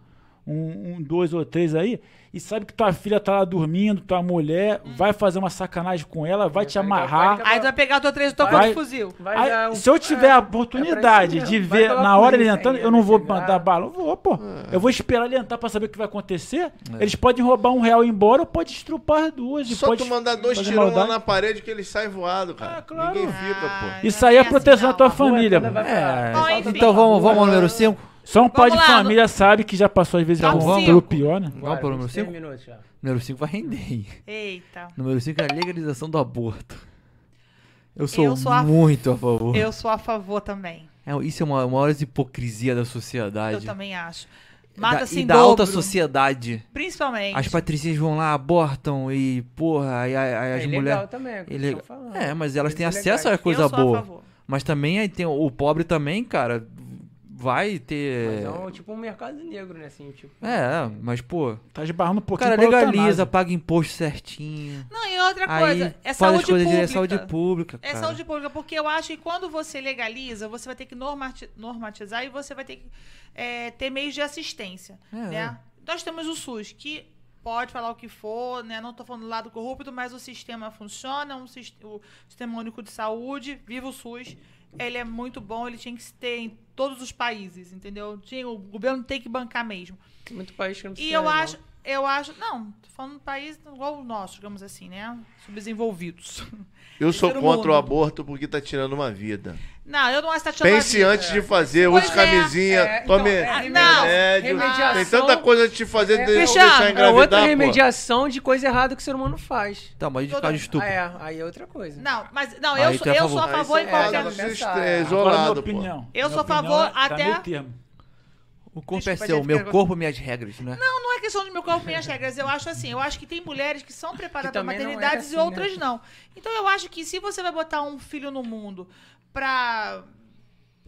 B: um, um, dois ou três aí, e sabe que tua filha tá lá dormindo, tua mulher,
C: Hum.
B: vai fazer uma sacanagem com ela, vai te
E: vai- vai
B: amarrar.
E: acabar-
C: Aí tu vai pegar o teu três e teu
B: Vai-
C: corpo de fuzil.
E: Vai
B: Aí,
E: dar um-
B: se eu tiver
E: é,
B: a
E: é
B: oportunidade
E: pra isso
B: de
E: mesmo. Vai
B: ver
E: pela
B: na hora ele
E: polícia
B: entrando,
E: aí, é
B: eu não vou
E: vai chegar.
B: mandar bala. Eu vou, pô.
D: É.
B: Eu vou esperar ele entrar pra saber o que vai acontecer. Eles podem roubar um real e ir embora ou pode estrupar as duas. e
D: Só
B: pode
D: tu mandar dois
B: fazer
D: tirão lá
B: maldade.
D: na parede que ele sai voado, cara.
B: Ah, claro.
D: Ninguém fica,
C: Ah,
D: pô.
B: Isso aí é
C: Não é assim,
B: proteção
C: não.
B: da tua
C: A rua
B: família.
E: toda
B: mano.
E: vai pra-
B: É.
C: Bom,
E: Falta
C: enfim.
A: Então vamos, vamos ao número 5?
B: Só um pai de
C: Vamos lá,
B: família sabe que já passou às vezes
C: Vamos
B: pelo-
C: cinco.
B: pelo pior, né?
A: Vamos pro número
E: 23
A: 5?
E: minutos um já.
A: Número 5 vai render. hein?
C: Eita.
A: Número 5 é a legalização do aborto. Eu sou,
C: Eu sou a-
A: muito a favor.
C: Eu sou a favor também.
A: É, isso é uma uma maior hipocrisia da
C: Eu
A: sociedade.
C: também acho.
A: Da-
C: Mata-se
A: e
C: em
A: da alta
C: dobro.
A: sociedade.
C: Principalmente.
A: As patricinhas vão lá, abortam e, porra, aí, aí- aí
E: É
A: as
E: ilegal
A: mulheres.
E: também, é o que
A: Ele-
E: eu tô falando.
A: É, mas elas têm
E: Coisas
A: acesso a
E: ilegais.
A: coisa
C: eu sou
A: boa.
C: a favor.
A: Mas também aí tem o pobre também, cara, vai
E: Mas
A: ter.
E: é um, tipo um mercado negro, né? Assim, tipo...
A: É, mas, pô.
B: Tá esbarrando um
A: O
B: pouquinho
A: cara
B: pra
A: legaliza,
B: eutanásia.
A: paga imposto certinho.
C: Não, e outra
A: Aí
C: coisa, é
A: faz as
C: saúde
A: coisas
C: pública.
A: de saúde pública.
C: É
A: cara.
C: saúde pública, porque eu acho que quando você legaliza, você vai ter que normati- normatizar e você vai ter que é, ter meios de assistência.
A: É,
C: né? Nós temos o SUS, que pode falar o que for, né? Não estou falando do lado corrupto, mas o sistema funciona, um sis- o Sistema Único de Saúde, viva o SUS. Ele é muito bom, ele tinha que se ter em todos os países, entendeu? Tinha- O governo tem que bancar mesmo.
E: Tem muito país que não
C: E
E: precisa,
C: eu
E: não.
C: acho, eu acho, não, tô falando de país igual o nosso, digamos assim, né? Subdesenvolvidos.
D: Eu sou
C: Terceiro
D: contra o
C: mundo.
D: aborto porque tá tirando uma vida.
C: Não, eu não acho que tá tirando a
D: Pense
C: vida.
D: antes de fazer,
C: Pois
D: use
C: é.
D: camisinha,
E: É, então,
D: tome
E: é
C: não.
D: remédio.
E: Remediação.
D: Tem tanta coisa de te fazer de
E: É.
C: Cristiano,
D: deixar
E: É outra
D: engravidar, pô.
E: remediação de coisa errada que o ser humano faz.
A: Tá, mas de
C: Toda-
A: caso de estupro.
E: Ah, é, aí é outra coisa.
C: Não, mas não,
A: Aí
C: eu, sou,
A: tu é a
C: eu sou a
A: favor.
C: favor
E: Aí
C: em
E: você é
C: qualquer.
E: contra.
D: É,
B: Agora, minha
D: isolado, pô.
B: opinião.
C: Eu
B: Minha
C: sou a
B: opinião
C: favor
B: é- tá
C: até-
B: meio termo.
A: O corpo
C: Desculpa,
A: é seu,
C: gente,
A: meu
C: porque eu-
A: corpo, minhas regras, né?
C: Não, não é questão de meu corpo, minhas regras. Eu acho assim, eu acho que tem mulheres que são preparadas
E: Que
C: para
E: também não é
C: maternidades e
E: assim,
C: outras não. Então eu acho que se você vai botar um filho no mundo pra.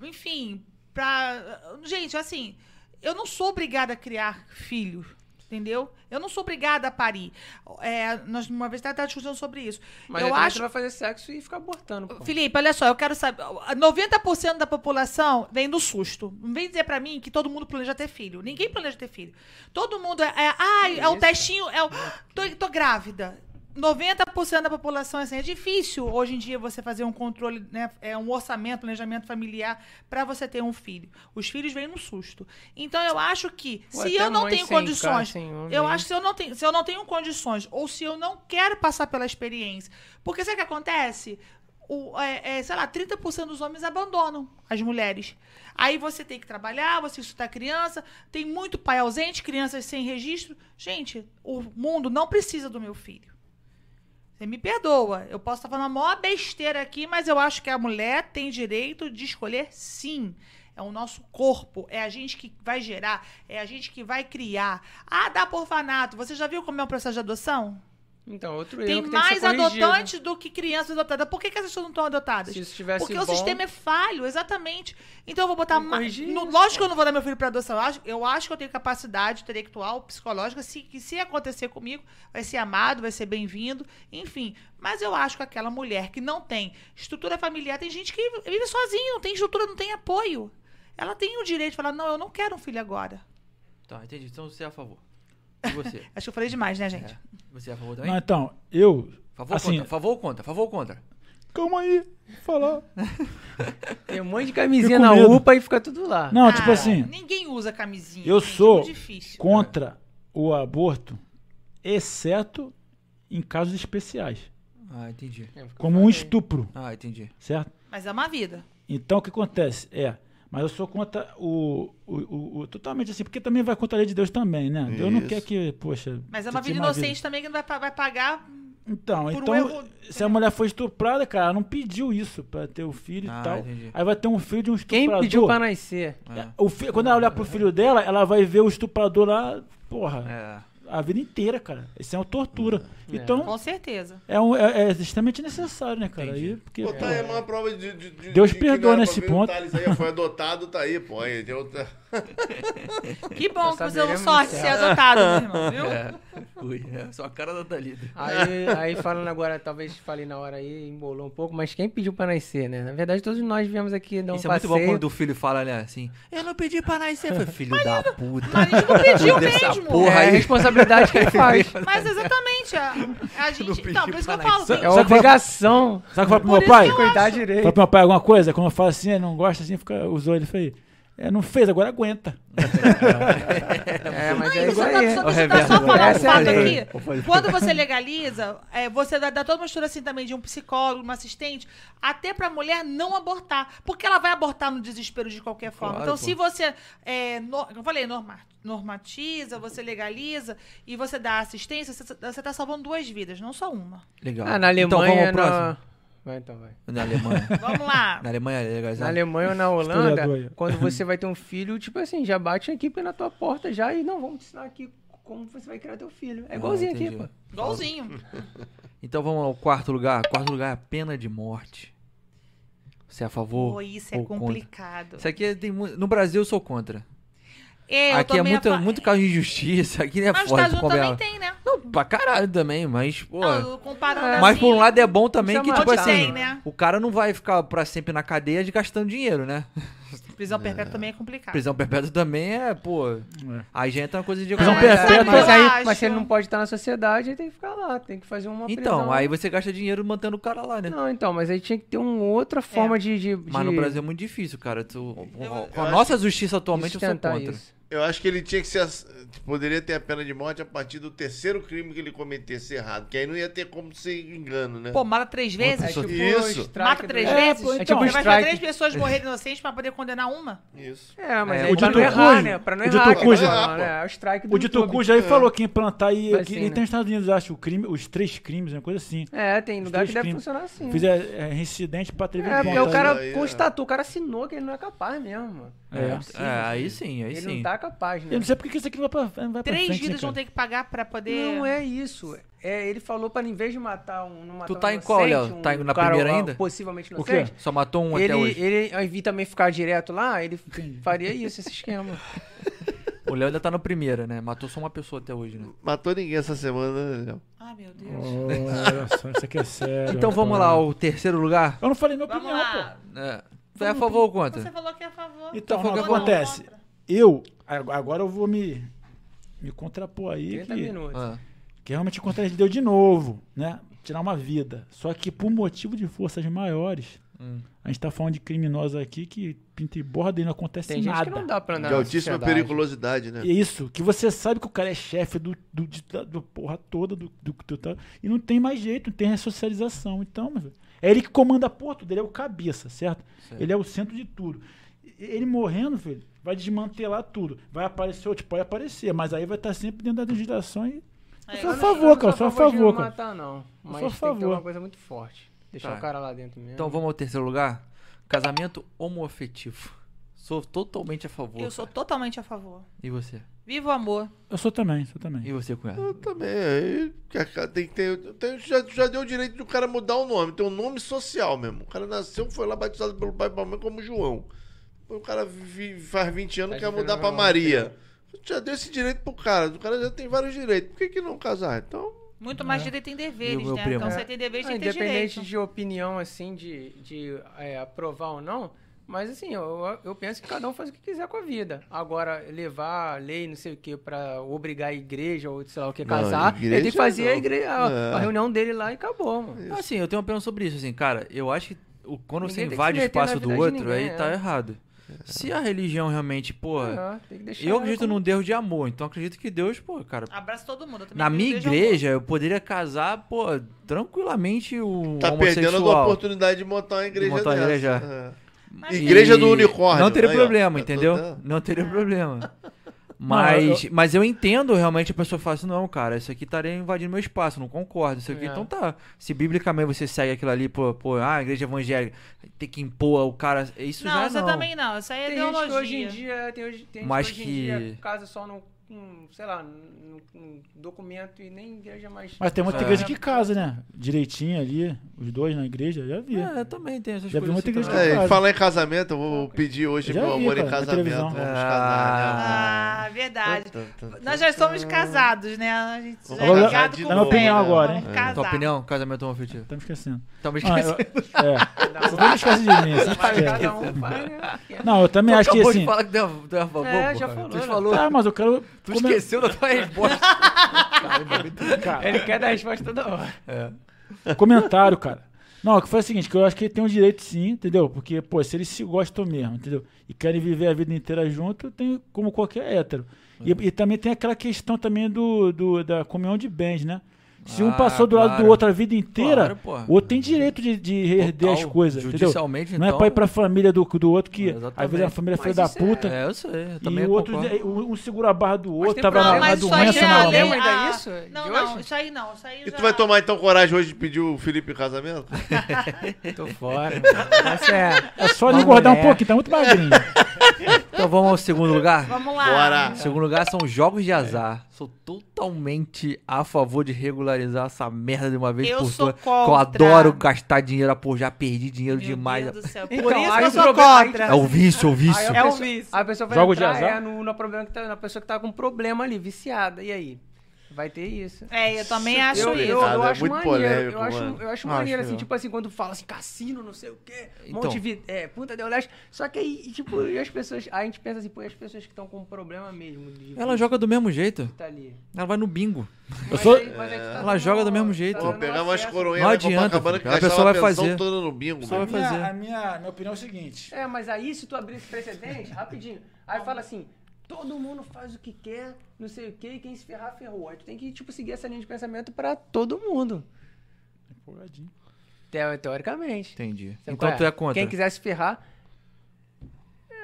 C: Enfim, pra. Gente, assim, eu não sou obrigada a criar filhos. Entendeu? Eu não sou obrigada a parir. É, nós uma vez até discutindo sobre isso.
E: Mas é
C: eu
E: aí também
C: acho
E: você vai fazer sexo e ficar abortando, pô.
C: Felipe, olha só, eu quero saber. 90% da população vem do susto. Não vem dizer pra mim que todo mundo planeja ter filho. Ninguém planeja ter filho. Todo mundo é. é, ai, é o
E: isso?
C: testinho. É o. Tô, tô grávida. 90% da população assim, é difícil hoje em dia você fazer um controle, né, é um orçamento, planejamento familiar para você ter um filho. Os filhos vêm no susto. Então eu acho que
E: Ou
C: se
E: até
C: eu não
E: mãe
C: tenho
E: sem
C: condições,
E: cá, sem homem.
C: eu acho que se eu não tenho, se eu não tenho condições ou se eu não quero passar pela experiência, porque sabe o que acontece? O, é, é, sei lá, 30% dos homens abandonam as mulheres. Aí você tem que trabalhar, você estudar criança, tem muito pai ausente, crianças sem registro. Gente, o mundo não precisa do meu filho. Você me perdoa, eu posso estar falando a maior besteira aqui, mas eu acho que a mulher tem direito de escolher sim. É o nosso corpo, é a gente que vai gerar, é a gente que vai criar. Ah, dá por orfanato. Você já viu como é um processo de ação?
E: Então, outro erro
C: tem
E: que
C: mais
E: tem que ser corrigido. né?
C: adotantes do que crianças adotadas. Por que, que essas pessoas não estão adotadas?
E: Se isso tivesse
C: Porque o
E: bom-
C: sistema é falho, exatamente. Então eu vou botar
E: Tem que
C: mais.
E: corrigir
C: no- Lógico que eu não vou dar meu filho para adoção. Eu acho, eu acho que eu tenho capacidade intelectual, psicológica, se, que se acontecer comigo, vai ser amado, vai ser bem-vindo, enfim. Mas eu acho que aquela mulher que não tem estrutura familiar, tem gente que vive sozinha, não tem estrutura, não tem apoio. Ela tem o direito de falar: não, eu não quero um filho agora.
A: Tá, entendi. Então você é a favor. E você?
C: Acho que eu falei demais, né, gente?
A: É. Você é a favor também?
B: Não, então, eu.
A: Favor ou
B: assim,
A: contra? Favor ou contra? Favor ou contra?
B: Calma aí, vou falar.
E: Tem um monte de camisinha
B: Fico
E: na
B: com medo.
E: UPA e fica tudo lá.
B: Não,
C: Ah,
B: tipo assim,
C: Ninguém usa camisinha.
B: eu
C: gente, é
B: sou
C: muito difícil.
B: contra o aborto, exceto em casos especiais,
A: Ah, entendi.
E: É, fica
B: como um estupro,
A: Ah, entendi.
B: certo?
C: Mas é uma vida.
B: Então o que acontece? É. Mas eu sou contra o, o, o- o- Totalmente assim, porque também vai contra a lei de Deus também, né? Deus não
D: Isso.
B: quer que, poxa.
C: Mas é uma
B: você
C: vida
B: tinha
C: inocente também que não vai, pa- vai pagar.
B: Então,
C: por um
B: então
C: erro-
B: se a mulher foi estuprada, cara, ela não pediu isso pra ter o filho
A: Ah,
B: e tal.
A: entendi.
B: Aí vai ter um filho de um
E: Quem
B: estuprador.
E: pediu pra nascer?
A: É.
B: o fi- Quando ela olhar pro filho dela, ela vai ver o estuprador lá, porra,
A: É.
B: a vida inteira, cara. Isso é uma tortura. Então,
C: Com certeza.
B: é, um, é, é extremamente necessário, né, cara?
A: Entendi.
B: Aí, porque,
D: Pô,
B: pô,
D: tá aí, é uma prova de. de- de-
B: Deus
D: de que não
B: perdoa
D: era
B: nesse
D: pra vir, o
B: ponto.
D: Thales aí foi adotado, tá aí, pô. Aí, deu...
C: Que bom que você deu
E: saberemos
C: sorte de
E: do
C: ser
E: céu.
C: adotado, meu irmão, viu?
A: É. Ui, é só a cara da Thalita.
E: Aí, aí falando agora, talvez falei na hora aí, embolou um pouco, mas quem pediu pra nascer, né? Na verdade, todos nós viemos aqui dar um
A: Isso é muito
E: passeio.
A: bom quando o filho fala, né, assim, eu não pedi pra nascer. Eu falei, filho da puta.
C: Marido não pediu
A: Cuida dessa
C: mesmo. É,
A: porra
E: É a
A: aí.
E: responsabilidade que ele faz.
C: Mas exatamente, a, a gente.
A: pediu
C: Então, por isso que eu
A: pra
C: falo.
A: nascer.
E: É
C: tem-
E: uma
B: Sabe qual- Sabe o
E: obrigação
B: que fala pro
C: Por
B: meu
C: isso
B: pai?
C: que eu
E: cuidar
B: Fala
E: direito.
B: pro meu pai alguma coisa, quando eu falo assim, ele não gosta assim, fica, usou ele foi. É, não fez, agora aguenta.
E: É, mas é
C: Não,
E: isso
C: só,
E: aí.
C: só,
A: O
C: deixa eu
A: reverso
C: só falar um
E: Essa é a
C: fato
E: lei.
C: aqui. Quando você legaliza, é, você dá, dá toda uma estrutura assim também de um psicólogo, uma assistente, até pra mulher não abortar. Porque ela vai abortar no desespero de qualquer forma.
A: Claro,
C: então,
A: pô.
C: se você. É, no- eu falei, norma- normatiza, você legaliza e você dá assistência, você, você tá salvando duas vidas, não só uma.
A: Legal.
E: Ah, na
A: então vamos
E: Alemanha,
A: ao
E: na...
A: próximo.
E: Vai, então, vai.
A: Na Alemanha.
C: Vamos lá.
A: Na Alemanha é
E: Na
A: legalizado.
E: Alemanha ou na
B: Historiador aí.
E: Holanda, quando você vai ter um filho, tipo assim, já bate a equipe na tua porta já e não, vamos te ensinar aqui como você vai criar teu filho. É
A: Ah,
E: igualzinho aqui,
A: entendi.
E: pô.
C: Igualzinho.
A: Então vamos ao quarto lugar. Quarto lugar é a pena de morte. Você é a favor?
C: Pô, isso é
A: ou contra?
C: complicado.
A: Isso aqui é, tem muito. No Brasil eu sou contra.
C: É, eu
A: aqui é
C: também
A: muito,
C: fa-
A: muito caso de injustiça. Aqui é
C: Mas os
A: foda.
C: Estados Unidos também tem, né?
A: Não, pra caralho também, mas, pô.
C: Não, comparando
E: é.
A: mas
C: assim,
A: por um lado é bom também
E: isso é
A: que,
E: uma
A: tipo
E: ótima
A: assim,
E: lei,
C: né?
A: o cara não vai ficar pra sempre na cadeia gastando dinheiro, né?
C: Prisão perpétua também é
E: Ah.
C: complicado.
A: Prisão perpétua também é, pô. Aí já entra uma coisa de
B: Prisão
A: economia.
B: perpétua.
C: sabe,
E: É, Mas,
C: eu
E: aí,
C: acho-
E: mas se ele não pode estar na sociedade, ele tem que ficar lá, tem que fazer é uma
A: Então,
E: prisão.
A: aí você gasta dinheiro mantendo o cara lá, né?
E: Não, então, mas aí tinha que ter uma outra forma de, de, de...
A: Mas no Brasil é muito difícil, cara. Tu- com a
D: acho-
A: nossa justiça atualmente eu sou
E: sustentar
A: contra.
E: isso.
D: Eu acho que ele tinha que ser. ass- Poderia ter a pena de morte a partir do terceiro crime que ele cometesse errado. Que aí não ia ter como ser engano, né?
C: Pô, mata três vezes?
E: É tipo
D: Isso.
E: o strike
C: Mata
E: do-
C: três
B: É,
C: vezes?
B: pô,
C: É
B: então.
C: tipo, vai fazer
E: um strike.
C: três pessoas morrerem inocentes pra poder condenar uma?
D: Isso.
E: É, mas
A: É,
E: aí
A: o
E: pra
A: dito
E: não errar,
B: cujo.
E: né? Pra não
B: O dito
E: errar. que
D: cujo.
E: eu tô falando, né? É o strike do
B: O dito
E: YouTube.
B: cujo aí falou que implantar e
E: Mas
B: que
E: sim,
B: nem
E: né?
B: tem nos Estados Unidos, acho, o crime, os três crimes, uma coisa assim.
E: É, tem lugar
B: três
E: que deve
B: crimes.
E: funcionar assim.
B: Fizer é, incidente pra ter
E: É, porque o cara
D: Aí, é.
E: constatou, o cara assinou que ele não é capaz mesmo, mano.
B: É.
E: Não possível,
A: É,
E: filho.
A: aí sim, aí
E: Ele
A: sim.
E: não tá capaz, né?
B: Eu não sei por que que isso aqui não vai pra, não vai pra
C: Três
B: frente, né,
C: vidas vão
B: cara?
C: ter que pagar pra poder...
E: Não é isso. É, ele falou pra, em vez de matar um, não matar
A: Tu
E: um
A: tá em
E: inocente,
A: qual, Léo?
E: um
A: Tá na
E: cara,
A: primeira
E: ah,
A: ainda?
E: Possivelmente
B: O quê?
E: inocente.
A: Só matou um até
E: Ele,
A: hoje.
E: ele, ao invés de também ficar direto lá, ele faria isso, esse esquema.
A: O Léo ainda tá na primeira, né? Matou só uma pessoa até hoje, né?
D: Matou ninguém essa semana, né, Léo?
C: Ai, meu Deus.
B: Olha só, isso aqui é sério.
A: Então vamos lá,
B: rapaz.
A: o terceiro lugar.
B: Eu não falei minha
C: Vamos
B: opinião,
C: lá.
A: É. Você é a favor ou
C: Você
A: contra?
C: falou que é a favor.
B: pô. Então,
A: foi
B: o
A: o
B: que
A: que
C: Ou não,
B: acontece?
C: contra.
B: Eu, ag- agora eu vou me, me contrapor aí.
E: 30
B: que-
E: minutos.
A: Ah.
B: Que realmente acontece de Deus de novo, né? Tirar uma vida. Só que por motivo de forças maiores, a gente tá falando de criminosos aqui que pinta e borda e não acontece
E: Tem gente
B: nada.
E: que não dá pra andar
D: De
E: na
D: altíssima
E: sociedade.
D: periculosidade, né?
B: E é isso, que você sabe que o cara é chefe do, do, de- da- do porra toda, do, do, do- tá- e não tem mais jeito, não tem ressocialização. Então, meu filho, é ele que comanda a porra toda, ele é o cabeça, certo?
A: Certo.
B: Ele é o centro de tudo. E- Ele morrendo, filho, vai desmantelar tudo. Vai aparecer outro, pode aparecer, mas aí vai estar sempre dentro da legislação e.
C: É,
B: eu sou a
C: eu não-
B: favor, cara, eu
E: Eu
B: sou a
E: de não
B: favor, cara.
E: matar, não.
B: sou
E: Mas
B: a
E: tem que ter
B: favor.
E: uma coisa muito forte. Deixar
A: Tá.
E: o cara lá dentro mesmo.
A: Então vamos ao terceiro lugar? Casamento homoafetivo. Sou totalmente a favor.
C: Eu sou totalmente a favor.
A: E você?
C: Viva o amor.
B: Eu sou também, sou também.
A: E você, cunhado?
D: Eu também, aí que- que- tem que ter. tem- já, já deu o direito do cara mudar o nome, tem um nome social mesmo. O cara nasceu, foi lá batizado pelo pai e pela mãe como João. O cara vi- faz 20 anos
E: Tá
D: quer mudar
E: diferente,
D: pra
E: não,
D: Maria. Já deu esse direito pro cara, o cara já tem vários direitos. Por que, que não casar? Então,
C: Muito mais direito tem
A: É. E
C: deveres,
A: o meu
C: né?
A: primo?
C: Então
A: É.
C: você tem deveres,
E: Ah,
C: tem que ter
E: independente
C: direito.
E: de opinião, assim, de, de é, aprovar ou não, mas assim, eu, eu penso que cada um faz o que quiser com a vida. Agora, levar a lei, não sei o que, pra obrigar a igreja ou sei lá o que,
D: Não,
E: casar,
D: igreja
E: ele tem que fazer a,
D: não.
E: igreja, a,
D: É.
E: a reunião dele lá e acabou, mano.
A: Assim, eu tenho uma opinião sobre isso, assim, cara, eu acho que o- quando
E: Ninguém tem
A: você
E: que
A: invade o
E: se meter na
A: espaço do
E: vida de
A: outro, aí
E: ninguém, é.
A: tá errado. Se a religião realmente, pô,
E: Ah, tem que
A: É.
E: deixar
A: eu
E: ela é
A: acredito
E: como-
A: num Deus de amor, então acredito que Deus, pô, cara,
C: Abraço todo mundo. eu também
A: na
C: quero
A: minha
C: beijar o
A: igreja eu poderia casar, pô, tranquilamente o
D: tá perdendo a
A: Um homossexual.
D: oportunidade de montar uma igreja
A: montar uma
D: dessa. É.
A: igreja.
C: amor.
A: E-
D: Igreja do unicórnio,
A: Não teria
D: aí, ó.
A: problema,
D: Eu tô
A: entendeu?
D: dando.
A: Não teria problema. Mas, mas eu entendo realmente a pessoa fala assim, não, cara, isso aqui estaria invadindo meu espaço, não concordo, isso aqui.
E: É.
A: Então tá. Se biblicamente você segue aquilo ali, pô, pô, ah, igreja evangélica, tem que impor o cara. Isso
C: Não,
A: já
C: você
A: não.
C: também não. Isso aí é
E: Tem gente que
C: ideologia.
E: hoje em dia, tem, hoje, tem gente
A: Mas
E: que hoje
A: que-
E: em dia casa só num, num, sei lá, num, num documento e nem igreja mais.
B: Mas tem muita
A: É.
B: igreja que casa, né? Direitinho ali, os dois na igreja, já vi.
A: É, eu também tem essas
B: Já vi
A: coisas.
B: muita
A: assim
B: igreja
A: também.
B: que-
D: É, e falar em casamento, eu vou pedir hoje
B: Eu já
D: meu
B: vi,
D: amor em
B: cara, na
D: casamento.
B: televisão.
D: Vamos
A: Ah.
D: casar, né?
C: Ah, verdade.
D: Tá, tá, tá.
C: Nós já estamos casados, né? A gente já
D: Agora,
C: é ligado
D: dá
C: com
D: minha opinião
B: agora,
D: É.
B: hein?
C: Casado.
A: Tua opinião, casamento homoafetivo.
B: Tá me esquecendo.
A: Talvez
B: Ah, eu, é. Você não esquece de mim, você
E: Mas
B: esquece.
E: cada um faz, né?
B: Não, eu também acho que
A: acabou
B: assim.
A: de falar que deu, deu a favor,
E: É,
A: pô,
E: já
A: cara.
E: falou,
A: Tu
E: né?
A: falou.
B: Tá, mas eu quero.
A: Tu
B: come-
A: esqueceu da tua resposta.
B: Cara,
E: Ele quer dar resposta toda hora.
B: Comentário, cara. Não, que foi o seguinte, que eu acho que ele tem um direito sim, entendeu? Porque, pô, se eles se gostam mesmo, entendeu? E querem viver a vida inteira junto, tem como qualquer hétero.
A: É.
B: E, e também tem aquela questão também do, do- da comunhão de bens, né? Se um
A: Ah,
B: passou do lado
A: claro.
B: do outro a vida inteira,
A: Claro, porra.
B: o outro tem direito de, de herder as
A: Total.
B: coisas, entendeu?
A: Judicialmente,
B: Não é
A: então.
B: pra ir pra família do, do outro que,
A: Exatamente.
B: às vezes, a família é filha
E: Mas
B: da
E: isso é-
B: puta.
A: É, eu sei. Eu também
B: E o outro,
A: concordo.
B: um segura a barra do
E: Mas
B: outro,
E: tem
B: tava
E: problema,
B: na, na
E: mas isso aí
B: doença,
E: é
B: na
E: a lei,
B: lei.
E: ainda
C: ah,
E: isso? De
C: Não,
E: hoje?
C: não, isso aí não. Isso aí
D: E
C: já...
D: tu vai tomar então coragem hoje de pedir o Felipe em casamento?
E: Tô fora. mano. Essa é.
B: É só
E: Uma
B: ele engordar um
E: mulher.
B: pouquinho, tá muito magrinho.
A: Então vamos ao segundo lugar?
C: Vamos lá.
D: Bora.
A: Segundo lugar são jogos de azar. Sou totalmente a favor de regularizar essa merda de uma vez
C: Eu
A: por
C: sou
A: todas. que Eu
C: contra.
A: adoro gastar dinheiro, ah, pô, já perdi dinheiro
C: Meu
A: demais.
C: Deus do céu. Por
E: Então,
C: isso que
E: aí
C: eu
E: o
C: sou
E: problema-
C: contra.
A: É o vício, é o
E: Aí
A: vício.
E: a
C: É um
E: pessoa-
C: vício.
E: A pessoa vai
B: Jogo de
E: entrar
B: azar?
E: é, no, no problema que tá, na pessoa que tá com um problema ali, viciada. E aí? Vai ter isso.
C: É, eu também acho
E: eu,
C: isso.
E: eu, eu
D: Cara, é
E: acho
D: muito
E: maneiro.
D: polêmico,
E: eu, acho,
D: mano.
E: eu acho
A: Acho
E: maneiro, assim,
A: legal.
E: tipo assim, quando fala assim, cassino, não sei o quê,
A: Então.
E: Montevideo, é, Punta del Leste. Só que aí, e, tipo, e as pessoas. Aí a gente pensa assim, pô, e as pessoas que estão com problema mesmo. De,
A: Ela joga do mesmo jeito.
E: Tá ali.
A: Ela vai no bingo.
E: Mas
B: sou-
E: aí- mas aí tu tá
A: Ela
E: dando-
A: joga do mesmo jeito.
E: tá
D: Pô,
E: dando
D: pegar umas
E: acesso.
D: coroinhas
A: Não
D: lá
A: adianta,
D: Copacabana
A: filho.
D: que
A: A
D: gastava
A: pessoa vai
D: pensão
A: fazer.
D: toda no bingo.
A: Só Então vai
D: meu.
A: fazer.
B: minha, minha opinião é o seguinte.
E: É, mas aí se tu abrir esse precedente, rapidinho, aí fala assim, todo mundo faz o que quer, não sei o que, e quem se ferrar, ferrou. Aí tu tem que, tipo, seguir essa linha de pensamento pra todo mundo. Teo- Teoricamente.
A: Entendi.
E: Sabe qual
A: então tu é contra.
E: Quem quiser se ferrar...